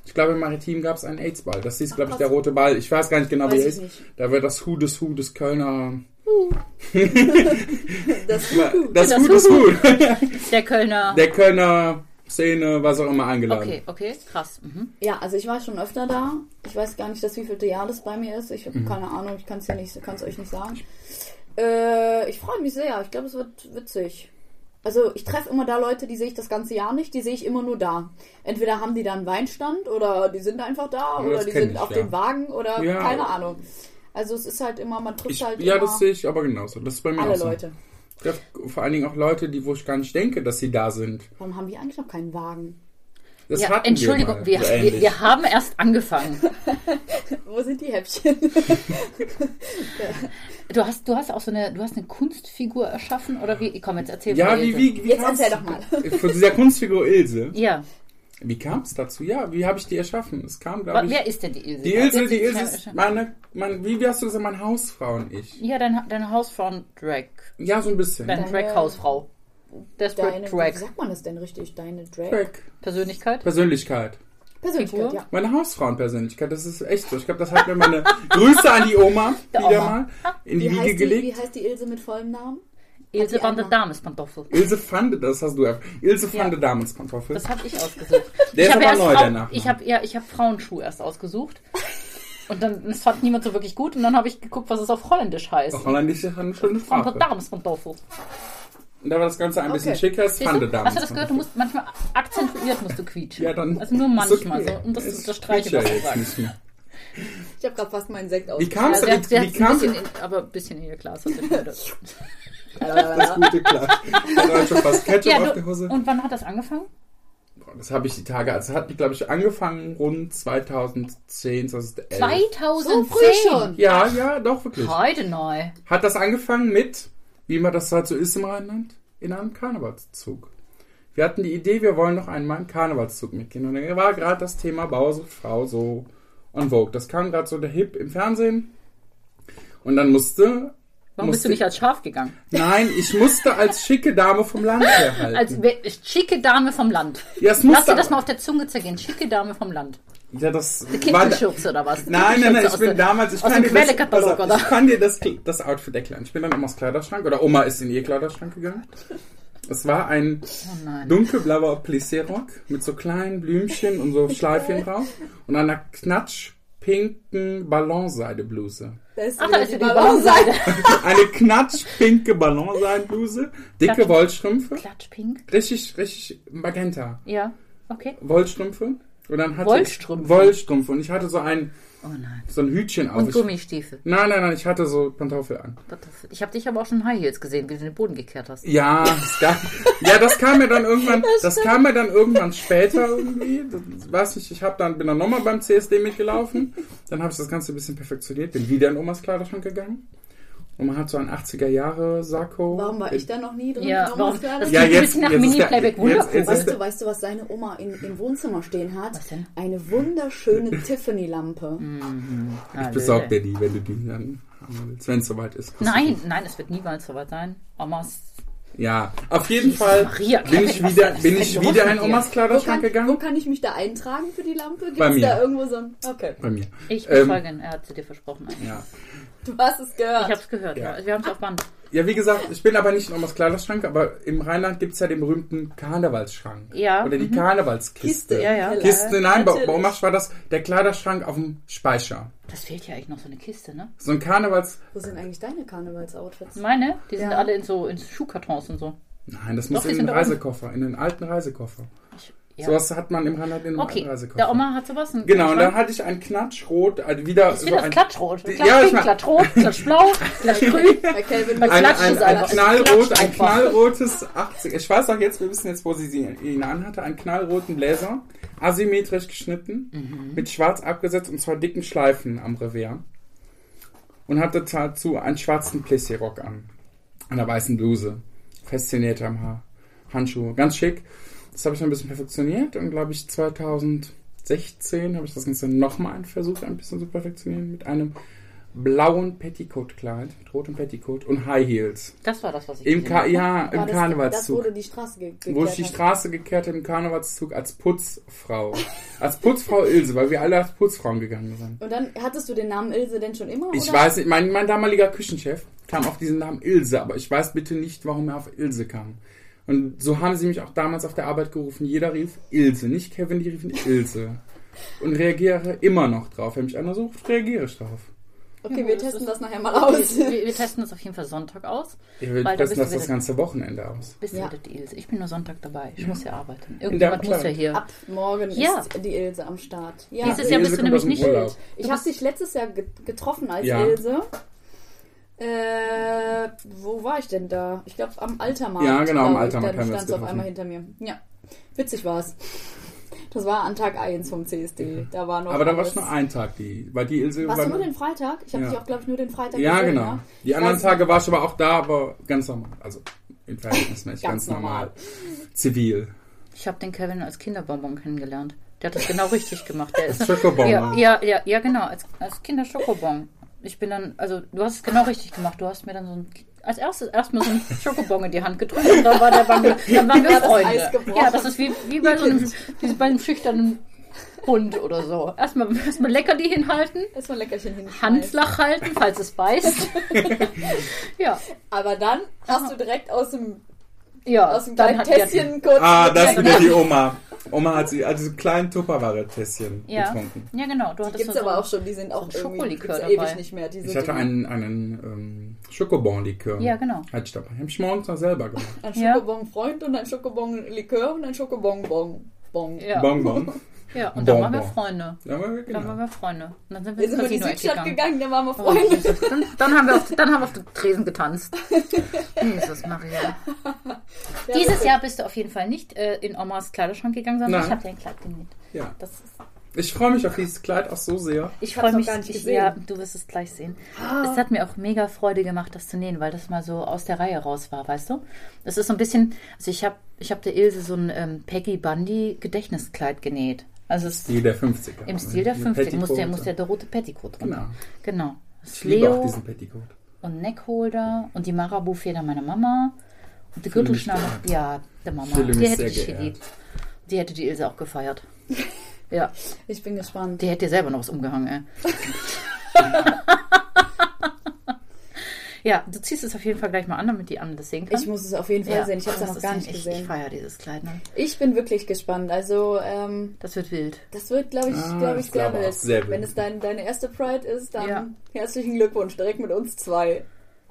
[SPEAKER 3] Ich glaube, im Maritim gab es einen AIDS-Ball. Das hieß, glaube ich, der rote Ball. Ich weiß gar nicht genau, wie
[SPEAKER 4] Weiß
[SPEAKER 3] er
[SPEAKER 4] ich
[SPEAKER 3] ist.
[SPEAKER 4] nicht.
[SPEAKER 3] Da war das Hu des Hu des Kölner...
[SPEAKER 4] Das,
[SPEAKER 3] Das Hu des Hu.
[SPEAKER 2] Der Kölner.
[SPEAKER 3] Der Kölner Szene, was auch immer, eingeladen.
[SPEAKER 2] okay, okay, krass. Mhm.
[SPEAKER 4] ja, also ich war schon öfter da. Ich weiß gar nicht, das wievielte Jahr das bei mir ist. Ich
[SPEAKER 3] Mhm.
[SPEAKER 4] habe keine Ahnung. Ich kann es nicht, kann's euch nicht sagen. Äh, ich freue mich sehr. Ich glaube, es wird witzig. Also ich treffe immer da Leute, die sehe ich das ganze Jahr nicht. Die sehe ich immer nur da. Entweder haben die da einen Weinstand oder die sind einfach da
[SPEAKER 3] Ja,
[SPEAKER 4] oder
[SPEAKER 3] das
[SPEAKER 4] die
[SPEAKER 3] kenn
[SPEAKER 4] sind
[SPEAKER 3] ich,
[SPEAKER 4] auf
[SPEAKER 3] ja.
[SPEAKER 4] dem Wagen oder
[SPEAKER 3] Ja.
[SPEAKER 4] keine Ahnung. Also es ist halt immer, man trifft
[SPEAKER 3] Ich,
[SPEAKER 4] halt
[SPEAKER 3] ja,
[SPEAKER 4] immer
[SPEAKER 3] das sehe ich aber genauso. Das ist bei mir
[SPEAKER 4] alle
[SPEAKER 3] auch so.
[SPEAKER 4] Leute.
[SPEAKER 3] Ich treffe vor allen Dingen auch Leute, die, wo ich gar nicht denke, dass sie da sind.
[SPEAKER 4] Warum haben die eigentlich noch keinen Wagen?
[SPEAKER 3] Das
[SPEAKER 2] Ja,
[SPEAKER 3] hatten
[SPEAKER 2] Entschuldigung,
[SPEAKER 3] wir,
[SPEAKER 2] wir,
[SPEAKER 3] mal, so
[SPEAKER 2] wir,
[SPEAKER 3] ähnlich.
[SPEAKER 2] wir haben erst angefangen.
[SPEAKER 4] Wo sind die Häppchen?
[SPEAKER 2] Du hast, du hast auch so eine, du hast eine Kunstfigur erschaffen oder wie? Komm, jetzt erzähl
[SPEAKER 3] Ja,
[SPEAKER 2] mal,
[SPEAKER 3] wie,
[SPEAKER 2] Ilse.
[SPEAKER 3] wie, wie
[SPEAKER 4] Jetzt
[SPEAKER 3] kam's-
[SPEAKER 4] erzähl doch mal.
[SPEAKER 3] Von dieser Kunstfigur Ilse.
[SPEAKER 2] Ja.
[SPEAKER 3] Wie kam es dazu? Ja, wie habe ich die erschaffen? Es kam,
[SPEAKER 2] Wa-
[SPEAKER 3] glaube ich.
[SPEAKER 2] Wer ist denn die Ilse?
[SPEAKER 3] Die Ilse,
[SPEAKER 2] Jetzt-
[SPEAKER 3] die
[SPEAKER 2] jetzt-
[SPEAKER 3] Ilse ist meine, mein, wie wie hast du gesagt, meine Hausfrau und ich.
[SPEAKER 2] Ja, dein, dein Hausfrau und Drag.
[SPEAKER 3] Ja, so ein bisschen.
[SPEAKER 2] Deine
[SPEAKER 4] Deine-
[SPEAKER 2] Drag-Hausfrau. Desperate
[SPEAKER 4] Deine, wie
[SPEAKER 2] Drag.
[SPEAKER 4] sagt man das denn richtig? Deine Drag?
[SPEAKER 3] Drag.
[SPEAKER 2] Persönlichkeit.
[SPEAKER 3] Persönlichkeit.
[SPEAKER 4] Persönlichkeit,
[SPEAKER 2] Figur?
[SPEAKER 4] ja.
[SPEAKER 3] Meine Hausfrauenpersönlichkeit, das ist echt so. Ich glaube, das hat mir meine Grüße an die Oma
[SPEAKER 2] Der
[SPEAKER 3] wieder
[SPEAKER 2] Oma.
[SPEAKER 3] mal in die
[SPEAKER 4] Wie
[SPEAKER 3] Wiege
[SPEAKER 4] heißt die, wie
[SPEAKER 3] gelegt.
[SPEAKER 4] heißt die Ilse mit vollem Namen?
[SPEAKER 2] Ilse
[SPEAKER 4] die
[SPEAKER 2] van der
[SPEAKER 4] Anna.
[SPEAKER 2] Dame ist Pantoffel.
[SPEAKER 3] Ilse Fande, das hast du ja. Ilse Fande Damenspantoffel.
[SPEAKER 2] Das habe ich ausgesucht.
[SPEAKER 3] Der
[SPEAKER 2] ich
[SPEAKER 3] ist
[SPEAKER 2] habe
[SPEAKER 3] aber
[SPEAKER 2] erst
[SPEAKER 3] neu,
[SPEAKER 2] Frau-
[SPEAKER 3] der Nachname.
[SPEAKER 2] Ich habe ja, ich habe Frauenschuh erst ausgesucht. Und dann das fand niemand so wirklich gut. Und dann habe ich geguckt, was es auf Holländisch heißt.
[SPEAKER 3] Auch Holländisch ist eine schöne
[SPEAKER 2] Van der
[SPEAKER 3] Sprache.
[SPEAKER 2] Dame ist Pantoffel.
[SPEAKER 3] Und da war das Ganze ein bisschen
[SPEAKER 4] Okay.
[SPEAKER 3] schicker. Es
[SPEAKER 2] Siehst
[SPEAKER 3] Fande
[SPEAKER 2] du? Hast du das gehört? Du
[SPEAKER 3] Damenspantoffel.
[SPEAKER 2] musst manchmal akzentuiert musst du quietschen.
[SPEAKER 3] Ja, dann.
[SPEAKER 2] also nur
[SPEAKER 3] ist okay.
[SPEAKER 2] manchmal, so, um das zu
[SPEAKER 3] Es
[SPEAKER 2] unterstreichen,
[SPEAKER 3] geht
[SPEAKER 2] was
[SPEAKER 3] ja
[SPEAKER 2] du
[SPEAKER 3] jetzt
[SPEAKER 2] sagst.
[SPEAKER 3] nicht mehr.
[SPEAKER 4] Ich habe gerade fast meinen Sekt aus.
[SPEAKER 3] Wie kam es
[SPEAKER 2] Also,
[SPEAKER 3] denn?
[SPEAKER 2] sie hat
[SPEAKER 3] Wie
[SPEAKER 2] es ein
[SPEAKER 3] kam
[SPEAKER 2] bisschen, in, aber ein bisschen in ihr Glas. hat sie schon wieder-
[SPEAKER 3] Das gute Glas. Da war schon fast Ketchup
[SPEAKER 2] Ja,
[SPEAKER 3] auf
[SPEAKER 2] du,
[SPEAKER 3] der Hose.
[SPEAKER 2] und wann hat das angefangen?
[SPEAKER 3] Boah, Das habe ich die Tage, also hat mich, glaube ich, angefangen rund 2010, 2011.
[SPEAKER 2] 2010.
[SPEAKER 4] So früh schon.
[SPEAKER 3] Ja, ja, doch, wirklich.
[SPEAKER 2] Heute neu.
[SPEAKER 3] Hat das angefangen mit, wie man das halt so ist im Rheinland, in einem Karnevalszug. Wir hatten die Idee, wir wollen noch einmal einen Karnevalszug mitgehen. Und da war gerade das Thema Bausucht Frau so on vogue. Das kam gerade so der Hip im Fernsehen. Und dann musste.
[SPEAKER 2] Warum bist
[SPEAKER 3] musste-
[SPEAKER 2] du nicht als Schaf gegangen?
[SPEAKER 3] Nein, ich musste als schicke Dame vom Land herhalten.
[SPEAKER 2] Als we- schicke Dame vom Land.
[SPEAKER 3] ja, es
[SPEAKER 2] Also, Lass dir
[SPEAKER 3] musste.
[SPEAKER 2] das mal auf der Zunge zergehen. Schicke Dame vom Land.
[SPEAKER 3] ja, das war,
[SPEAKER 2] Kindelschürze oder was?
[SPEAKER 3] Nein, nein, nein,
[SPEAKER 2] Kindelschürze
[SPEAKER 3] ich
[SPEAKER 2] aus
[SPEAKER 3] bin
[SPEAKER 2] der-
[SPEAKER 3] damals, ich
[SPEAKER 2] aus
[SPEAKER 3] kann,
[SPEAKER 2] dem
[SPEAKER 3] dir das,
[SPEAKER 2] Quellekatalog,
[SPEAKER 3] pass auf,
[SPEAKER 2] oder?
[SPEAKER 3] ich kann dir das, das Outfit erklären. Ich bin dann Omas Kleiderschrank oder Oma ist in ihr Kleiderschrank gegangen. Es war ein
[SPEAKER 2] Oh nein.
[SPEAKER 3] dunkelblauer Plissé-Rock mit so kleinen Blümchen und so Schleifchen drauf und einer knatschpinken Ballonseidebluse.
[SPEAKER 4] Da ist,
[SPEAKER 2] Ach, da
[SPEAKER 4] wieder
[SPEAKER 2] ist ja die
[SPEAKER 4] Balance.
[SPEAKER 2] Ballonseite.
[SPEAKER 3] Eine knatschpinke Ballonseidebluse, dicke
[SPEAKER 2] Klatsch-
[SPEAKER 3] Wollstrümpfe,
[SPEAKER 2] Klatschpink?
[SPEAKER 3] richtig, richtig magenta.
[SPEAKER 2] Ja, okay.
[SPEAKER 3] Wollstrümpfe. Und dann hatte
[SPEAKER 2] Wollstrümpfe?
[SPEAKER 3] Wollstrümpfe. Und ich hatte so ein,
[SPEAKER 2] Oh nein.
[SPEAKER 3] so ein Hütchen auf.
[SPEAKER 2] Und
[SPEAKER 3] Ich-
[SPEAKER 2] Gummistiefel.
[SPEAKER 3] Nein, nein, nein, ich hatte so Pantoffel an.
[SPEAKER 2] Kartoffel. Ich habe dich aber auch schon in High Heels gesehen, wie du den Boden gekehrt hast.
[SPEAKER 3] Ja, das kam, ja, das kam mir dann irgendwann, das, kam mir dann irgendwann später irgendwie. Das, weiß nicht, ich hab dann bin dann nochmal beim CSD mitgelaufen. Dann habe ich das Ganze ein bisschen perfektioniert, bin wieder in Omas Kleiderschrank gegangen. Und man hat so einen 80er Jahre Sakko.
[SPEAKER 4] Warum war ich da noch nie drin?
[SPEAKER 2] Ja,
[SPEAKER 4] Warum
[SPEAKER 2] warum?
[SPEAKER 4] hast du
[SPEAKER 2] Das
[SPEAKER 4] alles-
[SPEAKER 2] klingt
[SPEAKER 3] Ja,
[SPEAKER 2] ein
[SPEAKER 3] jetzt-
[SPEAKER 2] bisschen nach
[SPEAKER 3] jetzt ist der-
[SPEAKER 2] Mini-Playback.
[SPEAKER 3] jetzt-
[SPEAKER 2] Wundervoll.
[SPEAKER 3] jetzt
[SPEAKER 4] Weißt du, weißt du, was deine Oma in, im Wohnzimmer stehen hat?
[SPEAKER 2] Was denn?
[SPEAKER 4] Eine wunderschöne Tiffany-Lampe.
[SPEAKER 3] Mhm.
[SPEAKER 2] Hallöle.
[SPEAKER 3] Besorg dir die, wenn du die dann haben willst, wenn es soweit ist.
[SPEAKER 2] Nein, nein, es wird niemals soweit sein. Oh, Omas.
[SPEAKER 3] Ja, auf jeden Fall
[SPEAKER 2] Maria,
[SPEAKER 3] bin ich
[SPEAKER 2] Kevin, was
[SPEAKER 3] wieder,
[SPEAKER 2] ist
[SPEAKER 3] bin
[SPEAKER 2] denn
[SPEAKER 3] ich
[SPEAKER 2] los
[SPEAKER 3] wieder
[SPEAKER 2] mit
[SPEAKER 3] in
[SPEAKER 2] dir?
[SPEAKER 3] Omas
[SPEAKER 4] Wo
[SPEAKER 3] Kleiderschrank
[SPEAKER 4] kann, wo
[SPEAKER 3] gegangen.
[SPEAKER 4] kann ich mich da eintragen für die Lampe? Gibt
[SPEAKER 3] Bei
[SPEAKER 4] es
[SPEAKER 3] mir.
[SPEAKER 4] da irgendwo so ein... Okay,
[SPEAKER 3] Bei mir.
[SPEAKER 2] Ich
[SPEAKER 3] Ähm,
[SPEAKER 2] befolge ihn, er hat sie dir versprochen. Ich
[SPEAKER 3] Ja.
[SPEAKER 4] du hast es gehört.
[SPEAKER 2] habe es gehört, ja. wir haben es auf Band.
[SPEAKER 3] Ja, wie gesagt, ich bin aber nicht in Omas Kleiderschrank, aber im Rheinland gibt's ja den berühmten Karnevalsschrank.
[SPEAKER 2] Ja,
[SPEAKER 3] Oder die
[SPEAKER 2] mhm.
[SPEAKER 3] Karnevalskiste.
[SPEAKER 4] Kiste,
[SPEAKER 2] Ja, ja.
[SPEAKER 4] Keller.
[SPEAKER 3] Kiste, nein, bei,
[SPEAKER 4] Natürlich.
[SPEAKER 3] bei Omas war das der Kleiderschrank auf dem Speicher.
[SPEAKER 2] Das fehlt ja eigentlich noch so eine Kiste, ne?
[SPEAKER 3] So ein Karnevals...
[SPEAKER 4] Wo sind eigentlich deine Karnevalsoutfits?
[SPEAKER 2] Meine, die sind
[SPEAKER 4] Ja.
[SPEAKER 2] alle in so in Schuhkartons und so.
[SPEAKER 3] Nein, das
[SPEAKER 2] Doch,
[SPEAKER 3] muss
[SPEAKER 2] die
[SPEAKER 3] in den
[SPEAKER 2] sind da
[SPEAKER 3] Reisekoffer, in den alten Reisekoffer.
[SPEAKER 2] Ja.
[SPEAKER 3] Sowas hat man im Rheinland in einem alten
[SPEAKER 2] okay,
[SPEAKER 3] Reisekoffer.
[SPEAKER 2] der Oma hat sowas. einen
[SPEAKER 3] Genau, und dann
[SPEAKER 2] Kühlschrank.
[SPEAKER 3] hatte ich ein Knatschrot, also wieder
[SPEAKER 2] ist
[SPEAKER 3] so
[SPEAKER 2] wieder das
[SPEAKER 3] ein,
[SPEAKER 2] Klatschrot.
[SPEAKER 3] Die-
[SPEAKER 2] Klatsch
[SPEAKER 3] ja, ich
[SPEAKER 2] pink,
[SPEAKER 3] mach-
[SPEAKER 2] Klatschrot, Klatschblau, Klatschgrün.
[SPEAKER 4] Bei Calvin
[SPEAKER 2] Bei
[SPEAKER 3] ein,
[SPEAKER 2] Klatsch
[SPEAKER 3] ein,
[SPEAKER 2] ist
[SPEAKER 3] ein
[SPEAKER 2] einfach-
[SPEAKER 3] knallrot,
[SPEAKER 2] Klatsch
[SPEAKER 3] ein
[SPEAKER 2] einfach.
[SPEAKER 3] knallrotes 80. Ich weiß auch jetzt, wir wissen jetzt, wo sie sie- ihn anhatte, einen knallroten Bläser, asymmetrisch geschnitten, mit schwarz abgesetzt und zwar dicken Schleifen am Revers. Und hatte dazu einen schwarzen Plissé-Rock an, einer weißen Bluse, festzinniert am Haar, Handschuhe, ganz schick. Das habe ich noch ein bisschen perfektioniert und glaube ich 2016 habe ich das Ganze nochmal versucht, ein bisschen zu perfektionieren mit einem blauen Petticoat-Kleid, mit rotem Petticoat und High Heels.
[SPEAKER 2] Das war das, was ich
[SPEAKER 3] Im,
[SPEAKER 2] gesehen
[SPEAKER 3] Ka
[SPEAKER 2] habe.
[SPEAKER 3] ja, im
[SPEAKER 4] War das- Das
[SPEAKER 3] Karnevalszug.
[SPEAKER 4] wurde die Straße ge gekehrt.
[SPEAKER 3] Wo ich die
[SPEAKER 4] hat.
[SPEAKER 3] Straße gekehrt habe, im Karnevalszug als Putzfrau. Als Putzfrau Ilse, weil wir alle als Putzfrauen gegangen sind.
[SPEAKER 4] Und dann hattest du den Namen Ilse denn schon immer?
[SPEAKER 3] Ich
[SPEAKER 4] oder?
[SPEAKER 3] weiß nicht, mein, mein damaliger Küchenchef kam auf diesen Namen Ilse, aber ich weiß bitte nicht, warum er auf Ilse kam. Und so haben sie mich auch damals auf der Arbeit gerufen. Jeder rief Ilse, nicht Kevin, die riefen Ilse. Und reagiere immer noch drauf. Wenn mich einer sucht, reagiere ich drauf.
[SPEAKER 4] Okay, wir testen das nachher mal aus.
[SPEAKER 2] Okay, wir, wir testen das auf jeden Fall Sonntag aus.
[SPEAKER 3] Ich will
[SPEAKER 2] Weil da
[SPEAKER 3] testen
[SPEAKER 2] bist du
[SPEAKER 3] das das
[SPEAKER 2] wieder-
[SPEAKER 3] ganze Wochenende aus.
[SPEAKER 2] Bist
[SPEAKER 4] Ja. Mhm.
[SPEAKER 2] du die Ilse? Ich bin nur Sonntag dabei. Ich muss ja arbeiten.
[SPEAKER 3] deinem
[SPEAKER 2] Irgendjemand muss ja
[SPEAKER 3] Kleid.
[SPEAKER 2] hier.
[SPEAKER 4] Ab morgen
[SPEAKER 2] Ja.
[SPEAKER 4] ist die Ilse am Start. Ja.
[SPEAKER 2] Dieses Jahr bist
[SPEAKER 3] Ilse
[SPEAKER 2] du
[SPEAKER 3] kommt
[SPEAKER 2] nämlich
[SPEAKER 3] aus dem
[SPEAKER 2] nicht.
[SPEAKER 3] Urlaub.
[SPEAKER 4] Ich habe dich letztes Jahr ge- getroffen als
[SPEAKER 3] Ja.
[SPEAKER 4] Ilse. Äh, wo war ich denn da? Ich glaube am Altermarkt.
[SPEAKER 3] Ja, genau, am
[SPEAKER 4] glaub ich.
[SPEAKER 3] Altermarkt
[SPEAKER 4] Dann
[SPEAKER 3] haben wir uns
[SPEAKER 4] standst du auf
[SPEAKER 3] getroffen.
[SPEAKER 4] einmal hinter mir. Ja, witzig war es. Das war an Tag 1 vom CSD. Da war noch
[SPEAKER 3] Mhm. Aber da war
[SPEAKER 4] alles.
[SPEAKER 3] ich nur einen Tag, die, weil die Ilse
[SPEAKER 4] Warst
[SPEAKER 3] war-
[SPEAKER 4] du nur den Freitag? Ich habe
[SPEAKER 3] Ja.
[SPEAKER 4] dich auch, glaube ich, nur den Freitag
[SPEAKER 3] Ja,
[SPEAKER 4] gesehen,
[SPEAKER 3] genau.
[SPEAKER 4] ne?
[SPEAKER 3] Die anderen
[SPEAKER 4] weiß-
[SPEAKER 3] Tage war ich aber auch da, aber ganz normal. Also im Verhältnis nicht, ganz,
[SPEAKER 4] Ganz
[SPEAKER 3] normal.
[SPEAKER 4] normal.
[SPEAKER 3] Zivil.
[SPEAKER 2] Ich habe den Kevin als Kinderbonbon kennengelernt. Der hat das genau richtig gemacht. Der ist
[SPEAKER 4] Oh
[SPEAKER 3] Schokobon.
[SPEAKER 2] ja, ja, ja, ja, genau, als, als Kinderschokobon. Ich bin dann, also du hast es genau richtig gemacht. Du hast mir dann so ein, als erstes erstmal so einen Schokobon in die Hand gedrückt und dann, war der bei mir, dann waren wir
[SPEAKER 4] Ja, das
[SPEAKER 2] Freunde.
[SPEAKER 4] Eis gebrochen.
[SPEAKER 2] ja, das ist wie, wie bei so einem, wie bei einem schüchternen Hund oder so. Erstmal, erstmal lecker die hinhalten,
[SPEAKER 4] Erstmal Leckerchen hin.
[SPEAKER 2] Hand flach halten, falls es beißt. ja,
[SPEAKER 4] Aber dann hast du direkt aus dem,
[SPEAKER 2] ja.
[SPEAKER 4] aus dem
[SPEAKER 2] Ah, dann
[SPEAKER 4] kleinen
[SPEAKER 2] hat
[SPEAKER 4] Tässchen kurz.
[SPEAKER 3] Ah, das
[SPEAKER 4] Ja,
[SPEAKER 3] wieder die Oma. Oma hat sie, also so kleinen Tupperware-Tässchen
[SPEAKER 2] ja,
[SPEAKER 3] getrunken.
[SPEAKER 2] ja, genau. Du hattest
[SPEAKER 4] Gibt's
[SPEAKER 2] so
[SPEAKER 4] aber
[SPEAKER 2] so-
[SPEAKER 4] auch schon, die sind auch irgendwie
[SPEAKER 2] Schokolikör
[SPEAKER 4] gibt's ja
[SPEAKER 2] dabei.
[SPEAKER 4] ewig nicht mehr. Diese
[SPEAKER 3] Ich hatte
[SPEAKER 4] Dinger.
[SPEAKER 3] einen, einen ähm, Schokobon-Likör.
[SPEAKER 2] Ja, genau.
[SPEAKER 3] Hatte ich dabei. Hab ich morgens noch selber gemacht.
[SPEAKER 4] Ein
[SPEAKER 2] Ja.
[SPEAKER 4] Schokobon-Freund und ein Schokobon-Likör und ein Schokobon-Bon. Bon.
[SPEAKER 2] Ja.
[SPEAKER 3] Bonbon.
[SPEAKER 2] Ja, und dann waren wir
[SPEAKER 3] Bonbon.
[SPEAKER 2] Freunde.
[SPEAKER 3] Ja, aber
[SPEAKER 2] Dann waren
[SPEAKER 3] genau.
[SPEAKER 2] wir Freunde. Und dann sind wir
[SPEAKER 4] Wir
[SPEAKER 2] ins
[SPEAKER 4] sind in die
[SPEAKER 2] Casino
[SPEAKER 4] Südstadt
[SPEAKER 2] gegangen.
[SPEAKER 4] gegangen, da waren wir
[SPEAKER 2] Oh,
[SPEAKER 4] Freunde.
[SPEAKER 2] Jesus. Dann, dann, haben wir auf, dann haben wir auf den Tresen getanzt. Jesus Maria.
[SPEAKER 4] Ja,
[SPEAKER 2] Dieses
[SPEAKER 4] das-
[SPEAKER 2] Jahr bist du auf jeden Fall nicht äh, in Omas Kleiderschrank gegangen, sondern
[SPEAKER 3] Nein.
[SPEAKER 2] ich habe dir ein Kleid genäht.
[SPEAKER 3] Ja.
[SPEAKER 2] Das ist,
[SPEAKER 3] Ich freue mich auf dieses Kleid auch so sehr.
[SPEAKER 2] ich
[SPEAKER 4] hab's
[SPEAKER 2] freue
[SPEAKER 4] noch
[SPEAKER 2] mich.
[SPEAKER 4] gar nicht
[SPEAKER 2] ich,
[SPEAKER 4] gesehen.
[SPEAKER 2] ja, du wirst es gleich sehen. Es hat mir auch mega Freude gemacht, das zu nähen, weil das mal so aus der Reihe raus war, weißt du? Es ist so ein bisschen, also ich habe ich hab der Ilse so ein ähm, Peggy Bundy Gedächtniskleid genäht. Also es
[SPEAKER 3] Stil der 50er.
[SPEAKER 2] im Stil der
[SPEAKER 3] Mit
[SPEAKER 2] 50 muss der,
[SPEAKER 3] Petticoat.
[SPEAKER 2] muss der rote Petticoat drin.
[SPEAKER 3] Genau.
[SPEAKER 2] Genau. Das
[SPEAKER 3] Ich liebe auch
[SPEAKER 2] Leo
[SPEAKER 3] diesen Petticoat.
[SPEAKER 2] und Neckholder und die Marabu-Feder meiner Mama und die Gürtelschnalle.
[SPEAKER 3] geehrt.
[SPEAKER 2] Ja, der Mama.
[SPEAKER 3] Fühle mich
[SPEAKER 2] Die hätte
[SPEAKER 3] sehr
[SPEAKER 2] dich
[SPEAKER 3] geehrt.
[SPEAKER 2] geliebt. Die hätte die Ilse auch gefeiert. Ja,
[SPEAKER 4] Ich bin gespannt.
[SPEAKER 2] die hätte dir selber noch was umgehangen, ey. ja, du ziehst es auf jeden Fall gleich mal an, damit die anderen das sehen kann.
[SPEAKER 4] Ich muss es auf jeden Fall
[SPEAKER 2] ja,
[SPEAKER 4] sehen. Ich habe es ja
[SPEAKER 2] das
[SPEAKER 4] noch gar
[SPEAKER 2] ist
[SPEAKER 4] nicht
[SPEAKER 2] ein- ich, Ich
[SPEAKER 4] gesehen.
[SPEAKER 2] feiere dieses Kleid, ne?
[SPEAKER 4] Ich bin wirklich gespannt. Also, ähm,
[SPEAKER 2] Das wird wild.
[SPEAKER 4] das wird, glaube ich,
[SPEAKER 3] Ah,
[SPEAKER 4] glaube ich,
[SPEAKER 3] ich
[SPEAKER 4] sehr
[SPEAKER 3] glaube auch
[SPEAKER 4] wild.
[SPEAKER 3] sehr wild.
[SPEAKER 4] Wenn es dein, deine erste Pride ist, dann
[SPEAKER 2] Ja.
[SPEAKER 4] herzlichen Glückwunsch. Direkt mit uns zwei.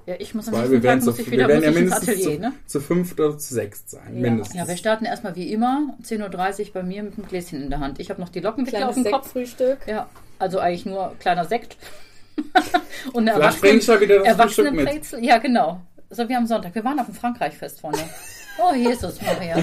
[SPEAKER 2] Ja, ich muss am
[SPEAKER 3] Weil
[SPEAKER 2] nächsten
[SPEAKER 3] wir werden,
[SPEAKER 2] Tag
[SPEAKER 3] so,
[SPEAKER 2] muss ich
[SPEAKER 3] wir
[SPEAKER 2] wieder
[SPEAKER 3] werden
[SPEAKER 2] muss
[SPEAKER 3] ja
[SPEAKER 2] ich ins
[SPEAKER 3] mindestens
[SPEAKER 2] Atelier,
[SPEAKER 3] zu,
[SPEAKER 2] ne?
[SPEAKER 3] zu fünft oder zu sechst sein.
[SPEAKER 4] Ja.
[SPEAKER 3] Mindestens.
[SPEAKER 2] Ja, wir starten erstmal wie immer, 10.30 Uhr bei mir mit einem Gläschen in der Hand. Ich habe noch die Lockenwickler auf
[SPEAKER 4] Kleines
[SPEAKER 2] dem Kopf.
[SPEAKER 4] Sektfrühstück.
[SPEAKER 2] Ja, also eigentlich nur kleiner Sekt. Und eine
[SPEAKER 3] Vielleicht bringe ich ja wieder das Frühstück mit.
[SPEAKER 2] Erwachsenenbrezel. Ja, genau. So wie am Sonntag. Wir waren auf dem Frankreichfest vorne. Oh, Jesus Maria.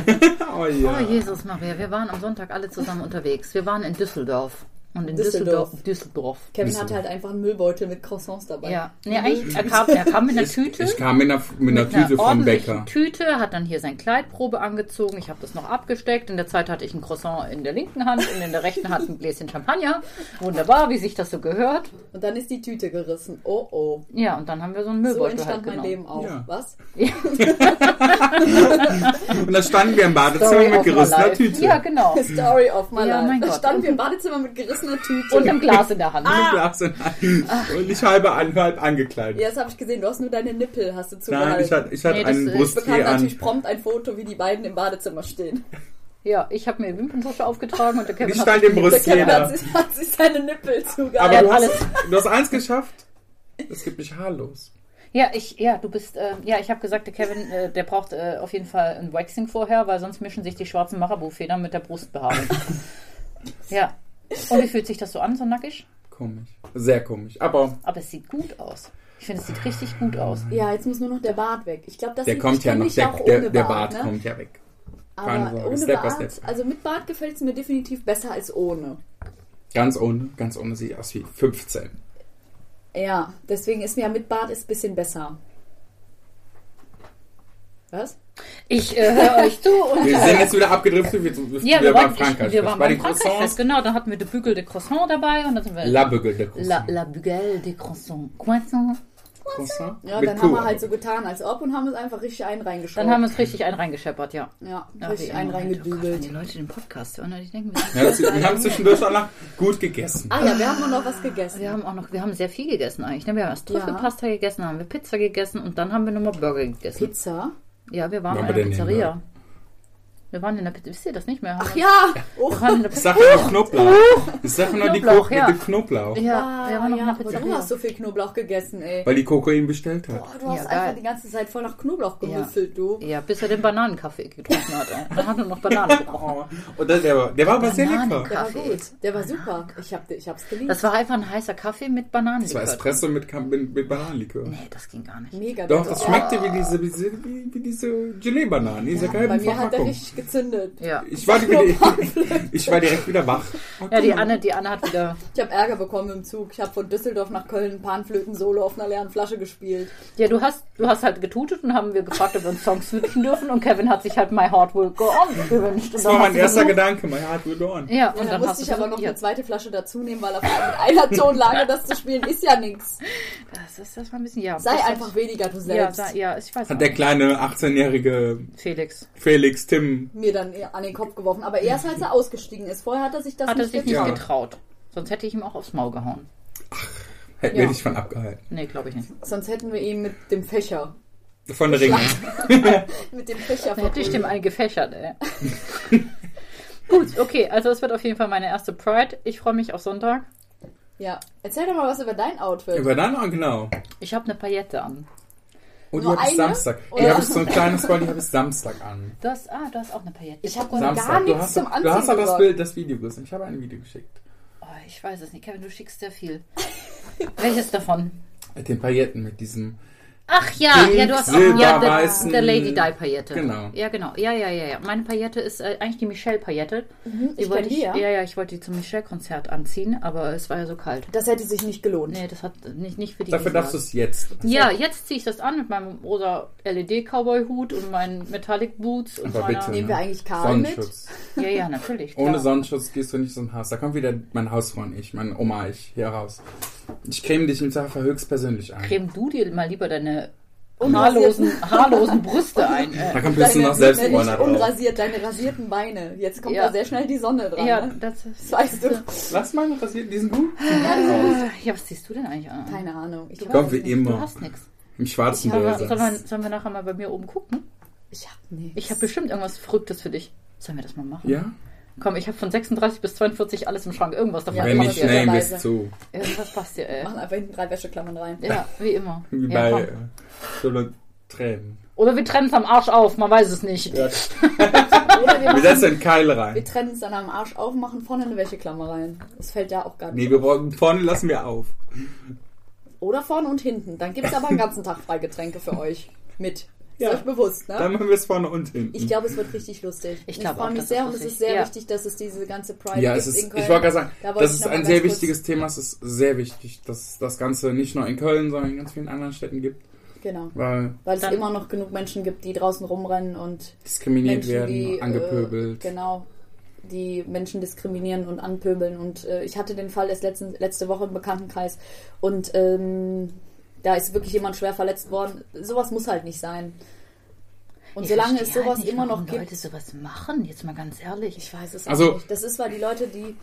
[SPEAKER 3] Oh ja.
[SPEAKER 2] Oh, Jesus Maria. Wir waren am Sonntag alle zusammen unterwegs. Wir waren in Düsseldorf. Und in
[SPEAKER 4] Düsseldorf.
[SPEAKER 2] Düsseldorf. Düsseldorf.
[SPEAKER 4] Kevin
[SPEAKER 3] Müssen
[SPEAKER 4] hatte
[SPEAKER 3] wir.
[SPEAKER 4] halt einfach einen Müllbeutel mit Croissants dabei.
[SPEAKER 2] Ja. Nee, eigentlich, er kam, er kam mit einer Tüte.
[SPEAKER 3] Ich kam mit einer, mit einer
[SPEAKER 2] mit einer
[SPEAKER 3] Tüte vom
[SPEAKER 2] ordentlichen
[SPEAKER 3] Bäcker.
[SPEAKER 2] Tüte, hat dann hier sein Kleidprobe angezogen. Ich habe das noch abgesteckt. In der Zeit hatte ich ein Croissant in der linken Hand und in der rechten Hand ein Gläschen Champagner. Wunderbar, wie sich das so gehört.
[SPEAKER 4] Und dann ist die Tüte gerissen. Oh oh.
[SPEAKER 2] Ja, und dann haben wir so einen
[SPEAKER 4] So
[SPEAKER 2] Müllbeutel halt
[SPEAKER 4] entstand mein
[SPEAKER 2] genommen.
[SPEAKER 4] Leben auch.
[SPEAKER 3] Ja.
[SPEAKER 4] Was?
[SPEAKER 3] Und da standen wir im
[SPEAKER 2] Story
[SPEAKER 3] Badezimmer
[SPEAKER 2] of
[SPEAKER 3] mit
[SPEAKER 2] my
[SPEAKER 3] gerissener
[SPEAKER 2] life.
[SPEAKER 3] Tüte.
[SPEAKER 2] Ja, genau.
[SPEAKER 4] Story of my
[SPEAKER 2] Ja,
[SPEAKER 4] life.
[SPEAKER 2] mein
[SPEAKER 4] da
[SPEAKER 2] Gott.
[SPEAKER 4] standen wir im Badezimmer mit gerissener Tüte.
[SPEAKER 2] Und ein Glas in der Hand.
[SPEAKER 3] Mit Glas in
[SPEAKER 2] ah.
[SPEAKER 3] Hand. Und ich halbe an, halb angekleidet.
[SPEAKER 4] ja, das habe ich gesehen. Du hast nur deine Nippel, hast du zugehalten.
[SPEAKER 3] Nein, ich hatte, ich hatte
[SPEAKER 2] Nee, das äh,
[SPEAKER 3] einen
[SPEAKER 2] ist-
[SPEAKER 4] bekam
[SPEAKER 3] Brustgel an.
[SPEAKER 4] natürlich prompt ein Foto, wie die beiden im Badezimmer stehen.
[SPEAKER 2] Ja, ich habe mir Wimperntusche aufgetragen und der Kevin
[SPEAKER 3] Ich
[SPEAKER 2] hat
[SPEAKER 3] stand im
[SPEAKER 4] Der
[SPEAKER 3] Brustgel
[SPEAKER 4] Kevin hat
[SPEAKER 3] da.
[SPEAKER 4] sich, hat sich seine Nippel
[SPEAKER 3] Aber
[SPEAKER 4] zugehalten.
[SPEAKER 3] du
[SPEAKER 2] alles-
[SPEAKER 3] hast, du hast eins geschafft. Es gibt mich haarlos.
[SPEAKER 2] Ja, ich, ja, du bist, äh, ja, ich habe gesagt, der Kevin, äh, der braucht äh, auf jeden Fall ein Waxing vorher, weil sonst mischen sich die schwarzen Marabu-Federn mit der Brustbehaarung. ja. Und wie fühlt sich das so an, so nackig?
[SPEAKER 3] Komisch. Sehr komisch. Aber
[SPEAKER 2] Aber es sieht gut aus. Ich finde, es sieht richtig gut aus.
[SPEAKER 4] Ja, jetzt muss nur noch der Bart weg. Ich glaube, das
[SPEAKER 3] der
[SPEAKER 4] sieht
[SPEAKER 3] kommt ja noch.
[SPEAKER 4] ständig
[SPEAKER 3] Der,
[SPEAKER 4] auch
[SPEAKER 3] der,
[SPEAKER 4] ohne
[SPEAKER 3] der Bart
[SPEAKER 4] ne?
[SPEAKER 3] kommt ja weg. Keine Sorge,
[SPEAKER 4] Aber ohne
[SPEAKER 3] Step by
[SPEAKER 4] Bart,
[SPEAKER 3] Step.
[SPEAKER 4] also mit Bart gefällt es mir definitiv besser als ohne.
[SPEAKER 3] Ganz ohne, ganz ohne sieht aus wie 15.
[SPEAKER 4] Ja, deswegen ist mir ja mit Bart ist ein bisschen besser. Was?
[SPEAKER 2] Ich äh, höre euch zu und.
[SPEAKER 3] Wir sind jetzt wieder abgedriftet. Wir, wir,
[SPEAKER 2] Ja,
[SPEAKER 3] wir waren
[SPEAKER 2] wollten-
[SPEAKER 3] in Frankreich.
[SPEAKER 2] wir waren
[SPEAKER 3] bei
[SPEAKER 2] bei
[SPEAKER 3] den
[SPEAKER 2] Frankreich fest,
[SPEAKER 3] Croissants.
[SPEAKER 2] genau. Dann hatten wir de Bügel de Croissant dabei und dann sind wir.
[SPEAKER 3] La Bugle de Croissant.
[SPEAKER 2] La, la Bugel de Croissant. Croissant.
[SPEAKER 3] Croissant
[SPEAKER 4] Ja,
[SPEAKER 3] mit
[SPEAKER 4] dann haben
[SPEAKER 3] Kuh.
[SPEAKER 4] wir halt so getan, als ob und haben uns einfach richtig einen reingeschaut.
[SPEAKER 2] Dann haben wir uns richtig einen reingescheppert, ja.
[SPEAKER 4] ja,
[SPEAKER 2] Ja,
[SPEAKER 4] richtig
[SPEAKER 2] wie
[SPEAKER 4] einen
[SPEAKER 2] immer. Oh Gott, wenn
[SPEAKER 4] reingedübelt.
[SPEAKER 2] die Leute den Podcast hören, dann die denken, wir
[SPEAKER 3] ja, das, wir haben zwischendurch auch noch gut gegessen.
[SPEAKER 4] Ah ja, wir haben noch was gegessen.
[SPEAKER 2] Wir haben auch noch, wir haben sehr viel gegessen eigentlich. ne? Wir haben erst Trüffelpasta gegessen, dann haben wir Pizza gegessen und dann haben wir nochmal Burger gegessen.
[SPEAKER 4] Pizza.
[SPEAKER 2] Ja, wir waren
[SPEAKER 3] Waren
[SPEAKER 2] in
[SPEAKER 3] wir
[SPEAKER 2] der
[SPEAKER 3] denn hin,
[SPEAKER 2] Pizzeria. Wir waren in der Pizzeria. Wisst ihr das nicht mehr?
[SPEAKER 4] Ach ja! Oh,
[SPEAKER 2] Wir waren in der
[SPEAKER 3] Ich
[SPEAKER 2] Pizzeria.
[SPEAKER 3] sage nur Knoblauch. Ich sage nur die
[SPEAKER 2] Knoblauch,
[SPEAKER 3] Koch
[SPEAKER 2] ja.
[SPEAKER 3] mit dem Knoblauch.
[SPEAKER 2] Ja, wir waren noch
[SPEAKER 4] Ah, ja,
[SPEAKER 2] in der
[SPEAKER 4] aber du
[SPEAKER 2] Pizzeria.
[SPEAKER 4] hast so viel Knoblauch gegessen, ey.
[SPEAKER 3] Weil die Coco ihn bestellt hat.
[SPEAKER 4] Boah, du hast
[SPEAKER 2] Ja, geil.
[SPEAKER 4] einfach die ganze Zeit voll nach Knoblauch gemüffelt, du.
[SPEAKER 2] Ja, bis er den Bananenkaffee getrunken hat. ey. Dann hat er noch Bananen gebraucht.
[SPEAKER 3] Oh, Und das, der, war, der war aber sehr lecker.
[SPEAKER 2] Bananen-
[SPEAKER 4] Der war
[SPEAKER 2] Kaffee.
[SPEAKER 4] gut. Der war super. Ich, hab, ich hab's geliebt.
[SPEAKER 2] Das war einfach ein heißer Kaffee mit Bananen.
[SPEAKER 3] Das war Espresso mit, Kam- mit, mit Bananenlikör.
[SPEAKER 2] Nee, das ging gar nicht.
[SPEAKER 4] mega
[SPEAKER 3] Doch,
[SPEAKER 4] gut.
[SPEAKER 3] das
[SPEAKER 4] Ja.
[SPEAKER 3] schmeckte wie diese, wie diese, wie, wie diese Gelee-Bananen, diese
[SPEAKER 4] Bei
[SPEAKER 3] gelben
[SPEAKER 4] mir hat er
[SPEAKER 3] Verpackung.
[SPEAKER 4] richtig gezündet.
[SPEAKER 2] Ja.
[SPEAKER 3] Ich war, wieder, ich war direkt wieder wach.
[SPEAKER 2] Ja, die Anne, die Anne hat wieder.
[SPEAKER 4] Ich habe Ärger bekommen im Zug. Ich habe von Düsseldorf nach Köln Panflöten-Solo auf einer leeren Flasche gespielt.
[SPEAKER 2] Ja, du hast, du hast halt getutet und haben wir gefragt, ob wir uns Songs wünschen dürfen und Kevin hat sich halt My Heart Will Go On gewünscht.
[SPEAKER 3] Das war mein erster Gedanke, mein Heart will go on.
[SPEAKER 2] Ja, und
[SPEAKER 4] Und dann
[SPEAKER 2] dann hast
[SPEAKER 4] musste ich
[SPEAKER 2] du
[SPEAKER 4] aber noch eine
[SPEAKER 2] probiert.
[SPEAKER 4] zweite Flasche dazu nehmen, weil auf mit einer Tonlage das zu spielen ist ja nichts.
[SPEAKER 2] Das ist das war ein bisschen ja.
[SPEAKER 4] Sei
[SPEAKER 2] das
[SPEAKER 4] einfach weniger du
[SPEAKER 2] hat, ja,
[SPEAKER 4] selbst.
[SPEAKER 2] sei, ja, ich weiß.
[SPEAKER 3] Hat der
[SPEAKER 2] auch.
[SPEAKER 3] kleine 18-jährige
[SPEAKER 2] Felix
[SPEAKER 3] Felix Tim
[SPEAKER 4] mir dann eher an den Kopf geworfen. Aber erst als er ausgestiegen ist. Vorher hat er sich das
[SPEAKER 2] hat er
[SPEAKER 4] nicht
[SPEAKER 2] sich
[SPEAKER 4] getraut.
[SPEAKER 2] nicht
[SPEAKER 3] getraut.
[SPEAKER 2] getraut. Sonst hätte ich ihm auch aufs Maul gehauen.
[SPEAKER 3] hätten
[SPEAKER 4] Ja.
[SPEAKER 3] wir dich von abgehalten.
[SPEAKER 2] Nee, glaube ich nicht.
[SPEAKER 4] Sonst hätten wir ihn mit dem Fächer.
[SPEAKER 3] Von der Ringe.
[SPEAKER 4] Mit dem Fächer
[SPEAKER 2] Da hätte ich dem
[SPEAKER 4] verbunden.
[SPEAKER 2] einen gefächert, ey. Gut, okay, also es wird auf jeden Fall meine erste Pride. Ich freue mich auf Sonntag.
[SPEAKER 4] Ja. Erzähl doch mal was über dein Outfit.
[SPEAKER 3] Über dann, ah, genau.
[SPEAKER 2] Ich habe eine Paillette an.
[SPEAKER 3] Und die
[SPEAKER 4] Nur
[SPEAKER 3] habe ich
[SPEAKER 4] eine?
[SPEAKER 3] Samstag. Die
[SPEAKER 4] Oder-
[SPEAKER 3] habe ich so ein kleines Ball, die habe ich Samstag an.
[SPEAKER 2] Du hast, ah, du hast auch eine Paillette.
[SPEAKER 4] ich habe noch gar
[SPEAKER 3] Samstag. Du
[SPEAKER 4] nichts
[SPEAKER 3] hast,
[SPEAKER 4] zum
[SPEAKER 3] doch-
[SPEAKER 4] Anziehen
[SPEAKER 3] du hast doch das,
[SPEAKER 4] gesagt.
[SPEAKER 3] Bild, das Video gesehen. Ich habe ein Video geschickt.
[SPEAKER 2] Oh, ich weiß es nicht. Kevin, du schickst sehr viel. Welches davon?
[SPEAKER 3] Mit den Pailletten, mit diesem.
[SPEAKER 2] Ach ja,
[SPEAKER 3] Pink,
[SPEAKER 2] ja, du hast
[SPEAKER 3] silber,
[SPEAKER 2] auch ja,
[SPEAKER 3] weißen-
[SPEAKER 2] der Lady Di Paillette.
[SPEAKER 3] Genau.
[SPEAKER 2] Ja, genau. Ja, ja, ja, ja. Meine Paillette ist äh, eigentlich die Michelle Paillette. Die
[SPEAKER 4] ich
[SPEAKER 2] wollte
[SPEAKER 4] kenn die,
[SPEAKER 2] Mhm, ich,
[SPEAKER 4] ja.
[SPEAKER 2] ja, ja, ich wollte die zum Michelle Konzert anziehen, aber es war ja so kalt.
[SPEAKER 4] Das hätte sich nicht gelohnt.
[SPEAKER 2] Nee, das hat nicht, nicht für die
[SPEAKER 3] Dafür
[SPEAKER 2] Gegenwart.
[SPEAKER 3] darfst du es jetzt.
[SPEAKER 2] Ja, jetzt ziehe ich das an mit meinem rosa LED Cowboy Hut und meinen Metallic Boots und
[SPEAKER 3] Aber
[SPEAKER 2] meiner
[SPEAKER 3] bitte. ne?
[SPEAKER 4] Nehmen wir eigentlich Karl mit?
[SPEAKER 3] Sonnenschutz.
[SPEAKER 2] Ja, ja, natürlich. Klar.
[SPEAKER 3] Ohne Sonnenschutz gehst du nicht zum Haus. Da kommt wieder mein Hausfreund, ich, mein Oma, ich, hier raus. Ich creme dich mit Safa höchstpersönlich ein.
[SPEAKER 2] Creme du dir mal lieber deine
[SPEAKER 4] Und
[SPEAKER 2] haarlosen, haarlosen Brüste ein. Äh.
[SPEAKER 3] Da kommt ein bisschen noch Selbstbräuner
[SPEAKER 4] nicht
[SPEAKER 3] drauf.
[SPEAKER 4] unrasiert, deine rasierten Beine. Jetzt kommt
[SPEAKER 2] Ja.
[SPEAKER 4] da sehr schnell die Sonne dran.
[SPEAKER 2] Ja,
[SPEAKER 4] ne?
[SPEAKER 2] das
[SPEAKER 4] Das
[SPEAKER 2] ist.
[SPEAKER 4] weißt du.
[SPEAKER 3] Lass mal noch rasieren, diesen Hut.
[SPEAKER 2] Ja, was ziehst du denn eigentlich an?
[SPEAKER 4] Keine Ahnung. Ich,
[SPEAKER 3] Kommt wie
[SPEAKER 2] Du
[SPEAKER 3] immer.
[SPEAKER 2] hast nichts.
[SPEAKER 3] Im schwarzen
[SPEAKER 2] Sollen wir,
[SPEAKER 3] Blazer.
[SPEAKER 2] sollen, wir, sollen wir nachher mal bei mir oben gucken?
[SPEAKER 4] ich hab nichts.
[SPEAKER 2] Ich habe bestimmt irgendwas Verrücktes für dich. Sollen wir das mal machen?
[SPEAKER 3] Ja?
[SPEAKER 2] Komm, ich habe von 36 bis 42 alles im Schrank. Irgendwas davon.
[SPEAKER 4] Ja,
[SPEAKER 3] Wenn
[SPEAKER 4] mach
[SPEAKER 3] nicht,
[SPEAKER 4] das
[SPEAKER 2] dir.
[SPEAKER 4] schnell.
[SPEAKER 3] name
[SPEAKER 4] leise.
[SPEAKER 3] ist zu.
[SPEAKER 2] Irgendwas passt dir, ey.
[SPEAKER 4] machen einfach hinten drei Wäscheklammern rein.
[SPEAKER 2] Ja, wie immer.
[SPEAKER 3] Wie
[SPEAKER 2] Ja,
[SPEAKER 3] bei
[SPEAKER 2] komm.
[SPEAKER 3] äh, Solo Tränen.
[SPEAKER 2] Oder wir trennen es am Arsch auf, man weiß es nicht.
[SPEAKER 3] Ja.
[SPEAKER 4] Oder wir,
[SPEAKER 3] Wir
[SPEAKER 4] machen,
[SPEAKER 3] setzen einen Keil
[SPEAKER 4] wir
[SPEAKER 3] rein.
[SPEAKER 4] trennen uns dann am Arsch auf, machen vorne eine Wäscheklammer rein. Das fällt ja auch gar nicht.
[SPEAKER 3] Nee, wir brauchen, vorne lassen wir auf.
[SPEAKER 4] Oder vorne und hinten. Dann gibt es aber einen ganzen Tag Freigetränke für euch. Mit. Ist
[SPEAKER 3] Ja.
[SPEAKER 4] euch bewusst,
[SPEAKER 3] Dann
[SPEAKER 4] ne?
[SPEAKER 3] machen wir es vorne und hinten.
[SPEAKER 4] Ich glaube, es wird richtig lustig.
[SPEAKER 2] Ich glaube
[SPEAKER 4] freue
[SPEAKER 2] auch,
[SPEAKER 4] mich
[SPEAKER 2] das
[SPEAKER 4] sehr
[SPEAKER 2] ist
[SPEAKER 4] und es
[SPEAKER 2] lustig.
[SPEAKER 4] ist sehr
[SPEAKER 2] Ja.
[SPEAKER 4] wichtig, dass es diese ganze Pride
[SPEAKER 3] ja,
[SPEAKER 4] gibt
[SPEAKER 3] es ist,
[SPEAKER 4] in Köln.
[SPEAKER 3] ich wollte gerade sagen,
[SPEAKER 4] Da wollte
[SPEAKER 3] das
[SPEAKER 4] ich
[SPEAKER 3] ist
[SPEAKER 4] noch mal
[SPEAKER 3] ein
[SPEAKER 4] ganz
[SPEAKER 3] sehr
[SPEAKER 4] kurz-
[SPEAKER 3] wichtiges Thema. Es ist sehr wichtig, dass es das Ganze nicht nur in Köln, sondern in ganz vielen anderen Städten gibt.
[SPEAKER 4] Genau.
[SPEAKER 3] Weil
[SPEAKER 4] Weil es
[SPEAKER 2] Dann-
[SPEAKER 4] immer noch genug Menschen gibt, die draußen rumrennen und
[SPEAKER 3] diskriminiert
[SPEAKER 4] Menschen,
[SPEAKER 3] werden,
[SPEAKER 4] die
[SPEAKER 3] angepöbelt.
[SPEAKER 4] Äh, genau, die Menschen diskriminieren und anpöbeln. Und äh, ich hatte den Fall erst letzten, letzte Woche im Bekanntenkreis und ähm, da ist wirklich jemand schwer verletzt worden. Sowas muss halt nicht sein. Und
[SPEAKER 2] Ich
[SPEAKER 4] solange es
[SPEAKER 2] verstehe
[SPEAKER 4] sowas
[SPEAKER 2] halt nicht,
[SPEAKER 4] immer noch
[SPEAKER 2] warum
[SPEAKER 4] gibt,
[SPEAKER 2] Leute sowas machen, jetzt mal ganz ehrlich.
[SPEAKER 4] ich weiß es
[SPEAKER 3] Also-
[SPEAKER 4] auch nicht. Das ist, weil die Leute, die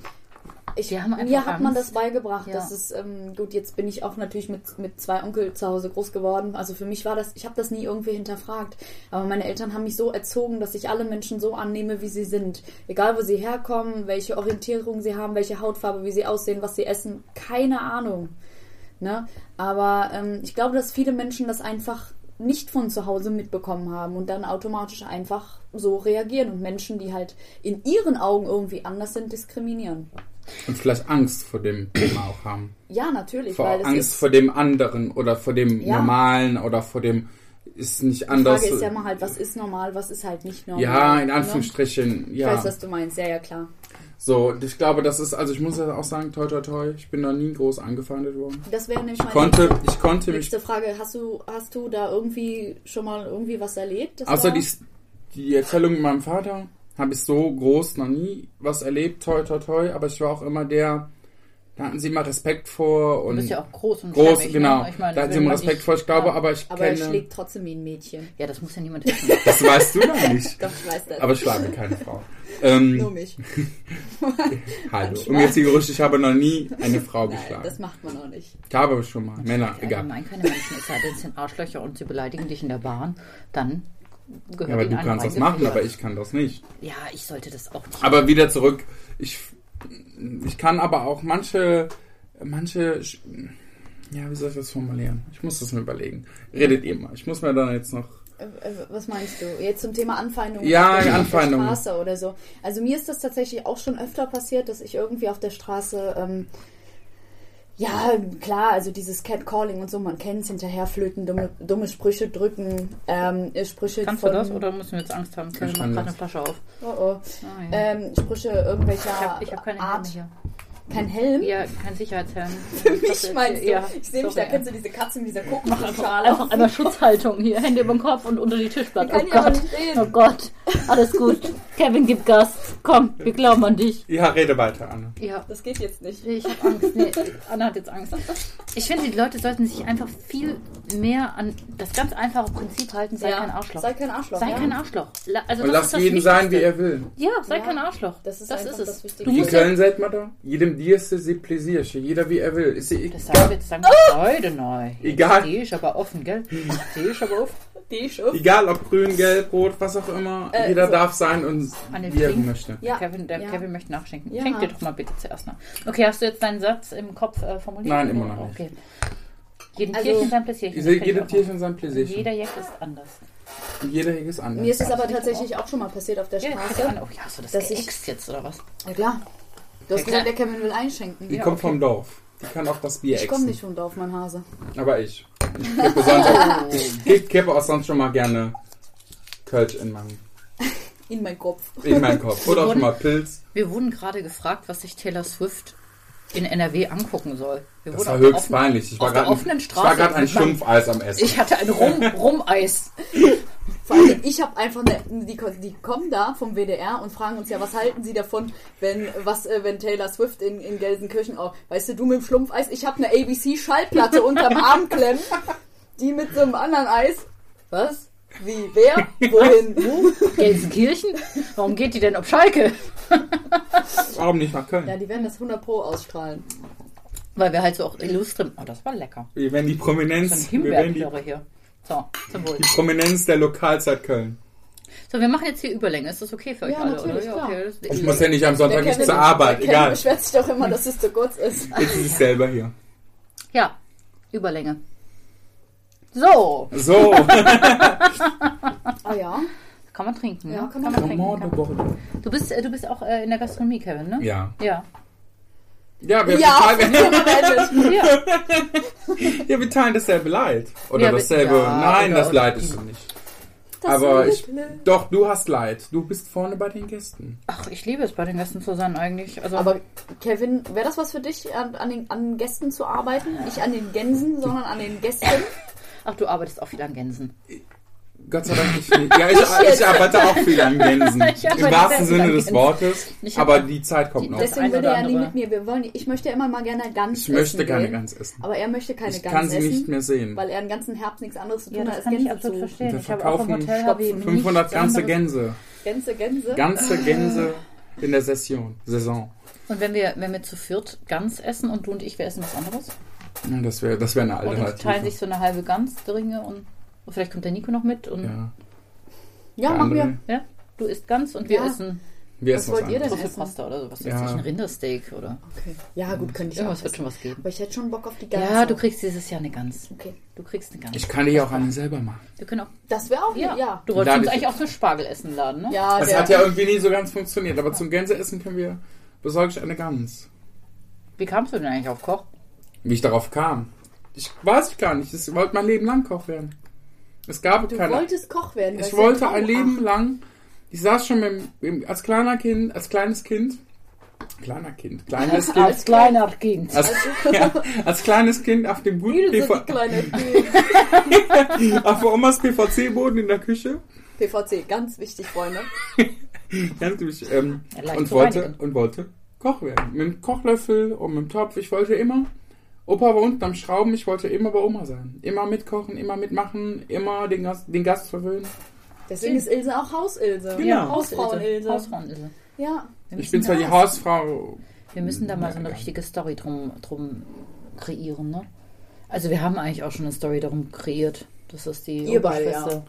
[SPEAKER 4] ich,
[SPEAKER 2] Die haben einfach
[SPEAKER 4] mir hat man
[SPEAKER 2] Angst.
[SPEAKER 4] das beigebracht.
[SPEAKER 2] Ja.
[SPEAKER 4] Das ist ähm, gut. Jetzt bin ich auch natürlich mit, mit zwei Onkel zu Hause groß geworden. Also für mich war das, ich habe das nie irgendwie hinterfragt. Aber meine Eltern haben mich so erzogen, dass ich alle Menschen so annehme, wie sie sind. Egal, wo sie herkommen, welche Orientierung sie haben, welche Hautfarbe, wie sie aussehen, was sie essen. Keine Ahnung. Ne? Aber ähm, ich glaube, dass viele Menschen das einfach nicht von zu Hause mitbekommen haben und dann automatisch einfach so reagieren und Menschen, die halt in ihren Augen irgendwie anders sind, diskriminieren.
[SPEAKER 3] Und vielleicht Angst vor dem Thema auch haben.
[SPEAKER 4] Ja, natürlich.
[SPEAKER 3] Vor
[SPEAKER 4] weil das
[SPEAKER 3] Angst
[SPEAKER 4] ist,
[SPEAKER 3] vor dem anderen oder vor dem
[SPEAKER 4] Ja.
[SPEAKER 3] Normalen oder vor dem ist nicht
[SPEAKER 4] die
[SPEAKER 3] anders.
[SPEAKER 4] Frage ist ja mal halt, was ist normal, was ist halt nicht normal.
[SPEAKER 3] äh, ja, in
[SPEAKER 4] ne?
[SPEAKER 3] Anführungsstrichen,
[SPEAKER 4] Ich
[SPEAKER 3] ja.
[SPEAKER 4] weiß, was du meinst. Ja, ja, klar.
[SPEAKER 3] So, und ich glaube, das ist, also ich muss ja auch sagen, toi toi toi, ich bin da nie groß angefeindet worden.
[SPEAKER 4] Das wäre nämlich
[SPEAKER 3] Ich
[SPEAKER 4] meine
[SPEAKER 3] konnte,
[SPEAKER 4] nächste-
[SPEAKER 3] ich konnte mich
[SPEAKER 4] nächste Frage. Hast du, hast du da irgendwie schon mal irgendwie was erlebt? Das
[SPEAKER 3] Außer
[SPEAKER 4] war-
[SPEAKER 3] die, die Erzählung mit meinem Vater habe ich so groß noch nie was erlebt, toi toi toi, aber ich war auch immer der, da hatten sie immer Respekt vor und
[SPEAKER 2] Du bist ja auch groß und
[SPEAKER 3] groß,
[SPEAKER 2] stämmig,
[SPEAKER 3] genau,
[SPEAKER 2] Ne? Ich meine,
[SPEAKER 3] da hatten sie
[SPEAKER 2] wenn
[SPEAKER 3] immer
[SPEAKER 2] man
[SPEAKER 3] Respekt
[SPEAKER 2] dich-
[SPEAKER 3] vor, ich glaube,
[SPEAKER 2] ja.
[SPEAKER 3] aber ich
[SPEAKER 4] Aber er
[SPEAKER 3] kenne,
[SPEAKER 4] schlägt trotzdem wie ein Mädchen.
[SPEAKER 2] Ja, das muss ja niemand wissen.
[SPEAKER 3] das weißt du doch nicht,
[SPEAKER 4] Doch, ich weiß das.
[SPEAKER 3] aber ich schlage keine Frau.
[SPEAKER 4] Nur
[SPEAKER 3] Ähm,
[SPEAKER 4] mich.
[SPEAKER 3] hallo,
[SPEAKER 4] Manchmal.
[SPEAKER 3] um jetzt die Gerüchte, ich habe noch nie eine Frau
[SPEAKER 4] Nein,
[SPEAKER 3] geschlagen.
[SPEAKER 4] das macht man auch nicht.
[SPEAKER 3] Ich habe schon mal, Männer, egal.
[SPEAKER 2] Allgemein keine Menschen, es sei denn, es sind Arschlöcher und sie beleidigen dich in der Bahn, dann gehört
[SPEAKER 3] Ja, aber
[SPEAKER 2] ihnen
[SPEAKER 3] du
[SPEAKER 2] eine
[SPEAKER 3] kannst das
[SPEAKER 2] reingefüllt.
[SPEAKER 3] machen, aber ich kann das nicht.
[SPEAKER 2] Ja, ich sollte das auch nicht.
[SPEAKER 3] Aber wieder zurück. Ich, ich kann aber auch manche, manche, ja, wie soll ich das formulieren? Ich muss das mir überlegen. Redet ihr mal. Ich muss mir dann jetzt noch.
[SPEAKER 4] Äh, äh, Was meinst du? Jetzt zum Thema Anfeindungen
[SPEAKER 3] Ja,
[SPEAKER 4] auf der- auf der
[SPEAKER 3] Anfeindungen.
[SPEAKER 4] Straße oder so. Also mir ist das tatsächlich auch schon öfter passiert, dass ich irgendwie auf der Straße, ähm, ja, klar, also dieses Catcalling und so, man kennt es, hinterherflöten, dumme, dumme Sprüche drücken, ähm, äh, Sprüche
[SPEAKER 2] Kannst du
[SPEAKER 4] von...
[SPEAKER 2] das oder müssen wir jetzt Angst haben? Kevin
[SPEAKER 3] Ich
[SPEAKER 2] macht
[SPEAKER 3] kann
[SPEAKER 2] gerade eine
[SPEAKER 3] das.
[SPEAKER 2] Flasche auf.
[SPEAKER 4] Oh, oh.
[SPEAKER 2] Ah, ja.
[SPEAKER 4] Ähm, Sprüche irgendwelcher
[SPEAKER 2] ich habe hab keine
[SPEAKER 4] Art.
[SPEAKER 2] Art. hier.
[SPEAKER 4] Kein Helm?
[SPEAKER 2] Ja, kein Sicherheitshelm.
[SPEAKER 4] Für mich meinst du?
[SPEAKER 2] Ja,
[SPEAKER 4] ich sehe mich, da
[SPEAKER 2] sorry.
[SPEAKER 4] kennst du diese Katze mit dieser Kuchenschale.
[SPEAKER 2] Einfach einmal Schutzhaltung hier, Hände über den Kopf und unter die Tischplatte.
[SPEAKER 4] Wir
[SPEAKER 2] Oh
[SPEAKER 4] können ja aber
[SPEAKER 2] Gott,
[SPEAKER 4] nicht reden.
[SPEAKER 2] oh Gott, alles gut. Kevin, gib Gas. Komm, wir glauben an dich.
[SPEAKER 3] Ja, rede weiter, Anne.
[SPEAKER 2] Ja,
[SPEAKER 4] Das geht jetzt nicht.
[SPEAKER 2] ich habe Angst. Nee, Anna hat jetzt Angst. Ich finde, die Leute sollten sich einfach viel mehr an das ganz einfache Prinzip halten, sei
[SPEAKER 4] Ja.
[SPEAKER 2] kein Arschloch.
[SPEAKER 4] Sei kein Arschloch.
[SPEAKER 2] Sei
[SPEAKER 4] ja.
[SPEAKER 2] kein Arschloch. La- Also
[SPEAKER 3] Und
[SPEAKER 2] das
[SPEAKER 3] lass
[SPEAKER 2] ist das
[SPEAKER 3] jeden sein, wie
[SPEAKER 2] Wichtigste.
[SPEAKER 3] er will.
[SPEAKER 2] Ja, sei
[SPEAKER 4] Ja,
[SPEAKER 2] kein Arschloch.
[SPEAKER 4] das ist einfach
[SPEAKER 2] es.
[SPEAKER 4] das Wichtigste.
[SPEAKER 2] du
[SPEAKER 4] In
[SPEAKER 3] In
[SPEAKER 2] musst ja,
[SPEAKER 3] Köln sagt man da, jedem Dierste sie pläsierst, jeder wie er will. Ist sie
[SPEAKER 2] das sagen wir
[SPEAKER 3] egal,
[SPEAKER 2] jetzt sagen wir heute neu. Jetzt
[SPEAKER 3] Ah! Egal.
[SPEAKER 2] Stehe ich aber offen, gell? Stehe ich aber offen.
[SPEAKER 4] Die ich auf.
[SPEAKER 3] egal ob grün, gelb, rot, was auch immer,
[SPEAKER 4] Äh,
[SPEAKER 3] jeder
[SPEAKER 4] so.
[SPEAKER 3] darf sein und
[SPEAKER 2] Anne,
[SPEAKER 3] wie er
[SPEAKER 2] trink.
[SPEAKER 3] möchte.
[SPEAKER 4] Ja.
[SPEAKER 2] Kevin, der
[SPEAKER 4] ja.
[SPEAKER 2] Kevin möchte nachschenken.
[SPEAKER 4] Ja.
[SPEAKER 2] Schenk dir doch mal bitte zuerst nach. Okay, hast du jetzt deinen Satz im Kopf äh, formuliert?
[SPEAKER 3] Nein, immer noch nicht.
[SPEAKER 2] Okay. Jeden
[SPEAKER 4] Also,
[SPEAKER 2] Tierchen sein Pläsierchen.
[SPEAKER 3] Ich
[SPEAKER 2] das finde
[SPEAKER 3] sehe
[SPEAKER 2] ich
[SPEAKER 3] jedes
[SPEAKER 2] auch
[SPEAKER 3] Tierchen sein
[SPEAKER 2] noch.
[SPEAKER 3] Pläsierchen.
[SPEAKER 2] Jeder Jack ist anders.
[SPEAKER 3] Und jeder Heg ist anders.
[SPEAKER 4] Mir ist es aber tatsächlich auch schon mal passiert auf der
[SPEAKER 2] Ja, ich
[SPEAKER 4] Straße.
[SPEAKER 2] kann auch. Ja, hast du das,
[SPEAKER 4] Dass
[SPEAKER 2] das
[SPEAKER 4] ich-
[SPEAKER 2] jetzt oder was?
[SPEAKER 4] Ja, klar. Du
[SPEAKER 2] Ja,
[SPEAKER 4] hast
[SPEAKER 2] klar.
[SPEAKER 4] gesagt, der Kevin will einschenken.
[SPEAKER 3] Die
[SPEAKER 2] Ja,
[SPEAKER 3] kommt
[SPEAKER 2] okay.
[SPEAKER 3] vom Dorf. Die kann auch das Bier
[SPEAKER 4] Ich komme
[SPEAKER 3] ächzen.
[SPEAKER 4] nicht vom Dorf, mein Hase.
[SPEAKER 3] Aber ich. Ich kippe, sonst auch, ich kipp- kippe auch sonst schon mal gerne Kölsch in meinen,
[SPEAKER 4] In meinen Kopf.
[SPEAKER 3] in meinen Kopf. Oder auch schon mal Pilz.
[SPEAKER 2] Wir wurden gerade gefragt, was sich Taylor Swift in NRW angucken soll. Wir
[SPEAKER 3] Das
[SPEAKER 2] wurden
[SPEAKER 3] war
[SPEAKER 2] auf der
[SPEAKER 3] höchst
[SPEAKER 2] offenen-
[SPEAKER 3] peinlich. Ich war
[SPEAKER 2] auf der
[SPEAKER 3] gerade
[SPEAKER 2] offenen
[SPEAKER 3] ein, ich war
[SPEAKER 2] Straße
[SPEAKER 3] grad ein
[SPEAKER 2] mit meinem-
[SPEAKER 3] Schlumpfeis am Essen.
[SPEAKER 2] Ich hatte ein Rum, Rumeis.
[SPEAKER 4] Vor allem, ich habe einfach eine, die, die kommen da vom WDR und fragen uns ja, was halten sie davon, wenn was, äh, wenn Taylor Swift in, in Gelsenkirchen auch, weißt du, du mit dem Schlumpfeis, ich ne habe eine ABC-Schallplatte unterm Arm klemmen, die mit so einem anderen Eis. Was? Wie? Wer? Wohin?
[SPEAKER 2] Gelsenkirchen? Warum geht die denn auf Schalke?
[SPEAKER 3] Warum nicht nach Köln?
[SPEAKER 4] Ja, die werden das 100 Pro ausstrahlen.
[SPEAKER 2] Weil wir halt so auch illustre. Oh, das war lecker.
[SPEAKER 3] Wir werden die
[SPEAKER 2] So ein
[SPEAKER 3] Prominenz, wir werden die,
[SPEAKER 2] Himbeerflöre hier. So, zum Wohl.
[SPEAKER 3] die Prominenz der Lokalzeit Köln.
[SPEAKER 2] So, wir machen jetzt hier Überlänge. Ist das okay für euch
[SPEAKER 4] Ja,
[SPEAKER 2] alle?
[SPEAKER 4] natürlich,
[SPEAKER 2] oder?
[SPEAKER 4] klar.
[SPEAKER 2] okay, das ist
[SPEAKER 3] Ich muss ja nicht am Sonntag nicht zur
[SPEAKER 4] der
[SPEAKER 3] Arbeit.
[SPEAKER 4] Kevin
[SPEAKER 3] Egal.
[SPEAKER 4] beschwert sich doch immer, dass es zu kurz ist.
[SPEAKER 3] Jetzt ist es selber hier.
[SPEAKER 2] ja, Überlänge. So,
[SPEAKER 3] So.
[SPEAKER 4] Ah ja.
[SPEAKER 2] kann man trinken.
[SPEAKER 4] Ja,
[SPEAKER 2] ne?
[SPEAKER 4] kann man
[SPEAKER 2] trinken. Kann. Du, bist, äh, du bist auch äh, in der Gastronomie, Kevin, ne?
[SPEAKER 3] Ja.
[SPEAKER 2] Ja.
[SPEAKER 3] Ja, wir,
[SPEAKER 4] Ja, auf
[SPEAKER 3] Beteilen,
[SPEAKER 4] jeden Fall.
[SPEAKER 2] ja.
[SPEAKER 3] ja, wir teilen dasselbe Leid. Oder
[SPEAKER 2] Ja, wir-
[SPEAKER 3] dasselbe.
[SPEAKER 2] ja, genau.
[SPEAKER 3] Nein,
[SPEAKER 2] oder-
[SPEAKER 3] das Leid ist es nicht. Aber ich.
[SPEAKER 2] ne?
[SPEAKER 3] Doch, du hast Leid. Du bist vorne bei den Gästen.
[SPEAKER 2] Ach, ich liebe es bei den Gästen zu sein eigentlich. Also,
[SPEAKER 4] Aber Kevin, wäre das was für dich, an, an, den, an Gästen zu arbeiten? Nicht an den Gänsen, sondern an den Gästen?
[SPEAKER 2] ach, du arbeitest auch viel an Gänsen.
[SPEAKER 3] Gott sei Dank nicht. Ja, ich, ich arbeite auch viel an Gänsen.
[SPEAKER 2] Ich arbeite
[SPEAKER 3] Im
[SPEAKER 2] sehr
[SPEAKER 3] wahrsten
[SPEAKER 2] viel an
[SPEAKER 3] Sinne des
[SPEAKER 2] Gänsen.
[SPEAKER 3] Wortes.
[SPEAKER 2] Ich hab-
[SPEAKER 3] Aber die Zeit kommt
[SPEAKER 2] die-
[SPEAKER 3] noch.
[SPEAKER 2] das-
[SPEAKER 4] Deswegen
[SPEAKER 2] eine
[SPEAKER 4] würde er
[SPEAKER 2] oder
[SPEAKER 4] nie
[SPEAKER 2] andere.
[SPEAKER 4] mit mir. Wir wollen, ich möchte immer mal gerne Gans
[SPEAKER 3] Ich möchte
[SPEAKER 4] essen
[SPEAKER 3] gerne
[SPEAKER 4] gehen,
[SPEAKER 3] Gans essen.
[SPEAKER 4] Aber er möchte keine
[SPEAKER 3] Ich
[SPEAKER 4] Gans
[SPEAKER 3] kann sie
[SPEAKER 4] essen.
[SPEAKER 3] nicht mehr sehen.
[SPEAKER 4] Weil er den ganzen Herbst nichts anderes zu tun
[SPEAKER 2] Ja,
[SPEAKER 4] hat
[SPEAKER 2] das
[SPEAKER 4] als
[SPEAKER 2] kann ich
[SPEAKER 4] Gänse
[SPEAKER 2] absolut
[SPEAKER 4] zu.
[SPEAKER 2] verstehen.
[SPEAKER 3] Wir
[SPEAKER 2] Ich habe auch im
[SPEAKER 3] verkaufen
[SPEAKER 2] Hotel habe ich
[SPEAKER 4] Stopfen.
[SPEAKER 2] nicht
[SPEAKER 3] 500 ganze
[SPEAKER 2] anderes-
[SPEAKER 3] Gänse.
[SPEAKER 4] Gänse, Gänse.
[SPEAKER 3] Ganze Gänse in der Session. Saison.
[SPEAKER 2] Und wenn wir, wenn wir zu viert Gans essen und du und ich, wir essen was anderes?
[SPEAKER 3] Ja, Das wäre das wär eine
[SPEAKER 2] Und dann teilen sich
[SPEAKER 3] Alternative.
[SPEAKER 2] so eine halbe Gansdringe und, und vielleicht kommt der Nico noch mit und
[SPEAKER 3] Ja,
[SPEAKER 4] ja,
[SPEAKER 3] der
[SPEAKER 4] machen wir.
[SPEAKER 3] andere-
[SPEAKER 2] ja, du isst Gans und wir
[SPEAKER 4] Ja.
[SPEAKER 2] essen
[SPEAKER 3] Wir
[SPEAKER 4] Was
[SPEAKER 3] essen was
[SPEAKER 4] wollt ihr
[SPEAKER 3] anderes.
[SPEAKER 4] denn essen?
[SPEAKER 2] Trüffelpasta oder sowas.
[SPEAKER 3] Ja.
[SPEAKER 2] Jetzt nicht ein Rindersteak oder.
[SPEAKER 4] Okay. Ja, gut, könnte ich
[SPEAKER 2] Irgendwas
[SPEAKER 4] auch.
[SPEAKER 2] wird
[SPEAKER 4] Essen.
[SPEAKER 2] schon was geben.
[SPEAKER 4] Aber ich hätte schon Bock auf die Gans.
[SPEAKER 2] Ja, du kriegst dieses Jahr eine Gans.
[SPEAKER 4] Okay.
[SPEAKER 2] Du kriegst eine Gans.
[SPEAKER 3] Ich kann dich auch einen selber machen.
[SPEAKER 2] Wir können auch.
[SPEAKER 4] Das wäre auch.
[SPEAKER 2] Ja.
[SPEAKER 4] Ja. Ja,
[SPEAKER 2] Du wolltest
[SPEAKER 3] Lade
[SPEAKER 2] uns
[SPEAKER 3] ich
[SPEAKER 2] eigentlich
[SPEAKER 3] jetzt.
[SPEAKER 2] auch zum Spargel essen laden, ne?
[SPEAKER 3] Das
[SPEAKER 4] der-
[SPEAKER 3] hat ja irgendwie nie so ganz funktioniert, aber zum Gänseessen können wir, besorge ich eine Gans.
[SPEAKER 2] Wie kamst du denn eigentlich auf Koch?
[SPEAKER 3] Wie ich darauf kam. Ich weiß ich gar nicht. Ich wollte mein Leben lang Koch werden. Es gab
[SPEAKER 4] Du
[SPEAKER 3] keine.
[SPEAKER 4] wolltest Koch werden.
[SPEAKER 3] ich
[SPEAKER 4] weißt du?
[SPEAKER 3] wollte
[SPEAKER 4] Komm,
[SPEAKER 3] ein Leben
[SPEAKER 4] ach,
[SPEAKER 3] lang. Ich saß schon mit, dem- im- als kleiner Kind, als kleines Kind. Kleiner Kind, kleines Kind. als,
[SPEAKER 2] kleiner Kind.
[SPEAKER 3] ja, als kleines Kind auf dem
[SPEAKER 4] Wie
[SPEAKER 3] guten
[SPEAKER 4] du so
[SPEAKER 3] PV,
[SPEAKER 4] die kleine
[SPEAKER 3] auf der Omas PVC-Boden in der Küche.
[SPEAKER 4] PVC, ganz wichtig, Freunde.
[SPEAKER 3] Ja, natürlich. Ähm,
[SPEAKER 2] Ja, leicht
[SPEAKER 3] und,
[SPEAKER 2] zu
[SPEAKER 3] wollte,
[SPEAKER 2] reinigen.
[SPEAKER 3] und wollte Koch werden. Mit dem Kochlöffel und mit dem Topf. Ich wollte immer. Opa war unten am Schrauben, ich wollte immer bei Oma sein. Immer mitkochen, immer mitmachen, immer den Gast, den Gast verwöhnen.
[SPEAKER 4] Deswegen ist Ilse auch Hausilse.
[SPEAKER 3] Genau.
[SPEAKER 4] Ja, Hausfrauenilse.
[SPEAKER 2] Hausfrauenilse.
[SPEAKER 4] Ja.
[SPEAKER 2] Wir
[SPEAKER 3] Ich
[SPEAKER 2] müssen
[SPEAKER 3] bin zwar
[SPEAKER 2] da-
[SPEAKER 3] die Hausfrau.
[SPEAKER 2] Wir müssen da mal so eine
[SPEAKER 3] Ja,
[SPEAKER 2] richtige Story drum, drum kreieren, ne? Also wir haben eigentlich auch schon eine Story darum kreiert. Das ist die
[SPEAKER 4] Ihr beide,
[SPEAKER 2] Schwester.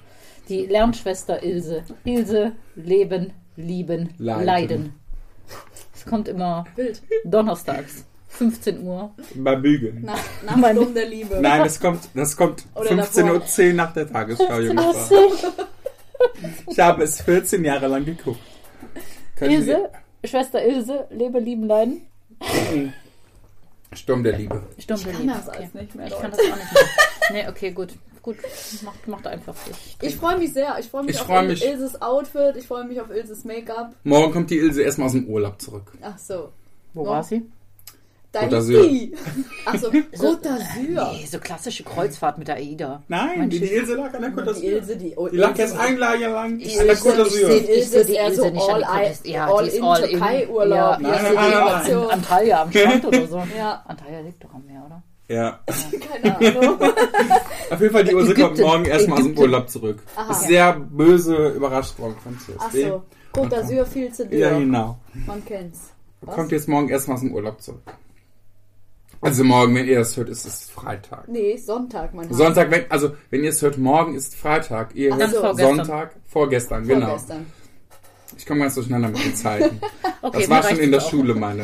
[SPEAKER 2] Die Lernschwester Ilse. Ilse, leben, lieben,
[SPEAKER 3] Leiden.
[SPEAKER 2] leiden. Es kommt immer
[SPEAKER 4] Bild.
[SPEAKER 2] donnerstags, 15 Uhr.
[SPEAKER 3] Bei Bügeln. Nein,
[SPEAKER 4] Nach, nach Sturm der Liebe.
[SPEAKER 3] das kommt, das kommt
[SPEAKER 4] Oder davor.
[SPEAKER 3] 15.10 Uhr nach der Tagesschau, Jungfrau. Ich habe es 14 Jahre lang geguckt. Können
[SPEAKER 2] Ilse, Schwester Ilse, leben, lieben, leiden.
[SPEAKER 3] Sie- Sturm der Liebe.
[SPEAKER 2] Sturm der
[SPEAKER 4] Ich kann
[SPEAKER 2] Liebe.
[SPEAKER 4] das
[SPEAKER 2] okay.
[SPEAKER 4] alles nicht mehr.
[SPEAKER 2] Ich kann
[SPEAKER 4] Leute.
[SPEAKER 2] das auch nicht mehr. Nee, okay, gut. Gut, macht, macht einfach. Ich,
[SPEAKER 4] Ich freue mich sehr. Ich freue mich
[SPEAKER 3] Ich
[SPEAKER 4] auf
[SPEAKER 3] freu
[SPEAKER 4] Il-
[SPEAKER 3] mich.
[SPEAKER 4] Ilses Outfit. Ich freue mich auf Ilses Make-up.
[SPEAKER 3] Morgen kommt die Ilse erstmal aus dem Urlaub zurück.
[SPEAKER 4] Ach so.
[SPEAKER 2] wo war sie?
[SPEAKER 4] Dein
[SPEAKER 3] Côte d'Azur.
[SPEAKER 4] I. Ach so. Côte d'Azur.
[SPEAKER 2] Nee, so klassische Kreuzfahrt mit der AIDA.
[SPEAKER 3] Nein,
[SPEAKER 2] Mein
[SPEAKER 3] die, die
[SPEAKER 2] Schiff.
[SPEAKER 3] Ilse lag an der Côte
[SPEAKER 4] Die
[SPEAKER 3] d'Azur.
[SPEAKER 4] Ilse, die. Oh,
[SPEAKER 3] Die lag
[SPEAKER 4] Ilse.
[SPEAKER 3] jetzt ein Jahr lang
[SPEAKER 2] Ich-
[SPEAKER 3] an der
[SPEAKER 2] ich-
[SPEAKER 3] Côte
[SPEAKER 2] ich-
[SPEAKER 3] d'Azur.
[SPEAKER 2] ich-
[SPEAKER 4] Die Ilse ist
[SPEAKER 2] die
[SPEAKER 4] eher
[SPEAKER 2] Ilse
[SPEAKER 4] so
[SPEAKER 2] nicht an die
[SPEAKER 4] all,
[SPEAKER 2] Contest-
[SPEAKER 4] I,
[SPEAKER 2] ja, die
[SPEAKER 4] all
[SPEAKER 2] ist
[SPEAKER 4] in
[SPEAKER 2] all in.
[SPEAKER 4] Türkei-Urlaub.
[SPEAKER 2] Ja.
[SPEAKER 4] Hier ist die
[SPEAKER 3] Nein, nein, nein,
[SPEAKER 2] In
[SPEAKER 4] Delegation.
[SPEAKER 2] Antalya am Strand oder so.
[SPEAKER 4] Ja,
[SPEAKER 2] Antalya liegt doch am Meer, oder?
[SPEAKER 3] Ja.
[SPEAKER 4] keine Ahnung.
[SPEAKER 3] Auf jeden Fall, die Ilse kommt
[SPEAKER 2] Ägypten.
[SPEAKER 3] morgen erstmal aus dem
[SPEAKER 2] Ägypten.
[SPEAKER 3] Urlaub zurück.
[SPEAKER 4] Aha.
[SPEAKER 3] Ist sehr böse überrascht worden von
[SPEAKER 4] Ach
[SPEAKER 3] CSD.
[SPEAKER 4] so. Côte d'Azur viel zu dürr.
[SPEAKER 3] Ja, genau.
[SPEAKER 4] Man kennt's. Was?
[SPEAKER 3] Kommt jetzt morgen erstmal aus dem Urlaub zurück. Also morgen, wenn ihr das hört, ist es Freitag.
[SPEAKER 4] Nee, Sonntag, mein Herr.
[SPEAKER 3] Sonntag, wenn, also wenn ihr es hört, morgen ist Freitag. Ihr
[SPEAKER 2] Ach
[SPEAKER 3] hört
[SPEAKER 2] so. Vorgestern.
[SPEAKER 3] Sonntag, vorgestern, genau.
[SPEAKER 4] Vorgestern.
[SPEAKER 3] Ich komme ganz durcheinander mit den Zeiten.
[SPEAKER 2] Okay,
[SPEAKER 3] Das
[SPEAKER 2] mir
[SPEAKER 3] war schon
[SPEAKER 2] reicht's
[SPEAKER 3] in der
[SPEAKER 2] auch.
[SPEAKER 3] Schule, meine.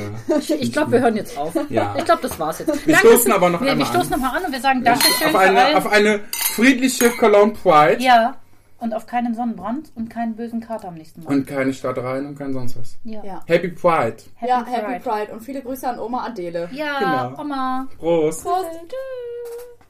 [SPEAKER 2] Ich glaube, wir hören jetzt auf.
[SPEAKER 3] Ja.
[SPEAKER 2] Ich glaube, das war's jetzt.
[SPEAKER 3] Wir stoßen aber noch
[SPEAKER 2] wir,
[SPEAKER 3] einmal
[SPEAKER 2] Wir stoßen
[SPEAKER 3] an.
[SPEAKER 2] nochmal an und wir sagen Dankeschön
[SPEAKER 3] auf,
[SPEAKER 2] für
[SPEAKER 3] eine,
[SPEAKER 2] allen.
[SPEAKER 3] auf eine friedliche Cologne Pride.
[SPEAKER 2] ja, und auf keinen Sonnenbrand und keinen bösen Kater am nächsten Mal.
[SPEAKER 3] Und keine Stadt rein und kein sonst was.
[SPEAKER 2] ja.
[SPEAKER 4] Ja.
[SPEAKER 3] Happy Pride.
[SPEAKER 2] Happy
[SPEAKER 4] ja,
[SPEAKER 2] Pride.
[SPEAKER 4] Happy Pride. Und viele Grüße an Oma Adele.
[SPEAKER 2] Ja,
[SPEAKER 3] Genau.
[SPEAKER 2] Oma.
[SPEAKER 3] Prost.
[SPEAKER 4] Prost.
[SPEAKER 2] Tschüss.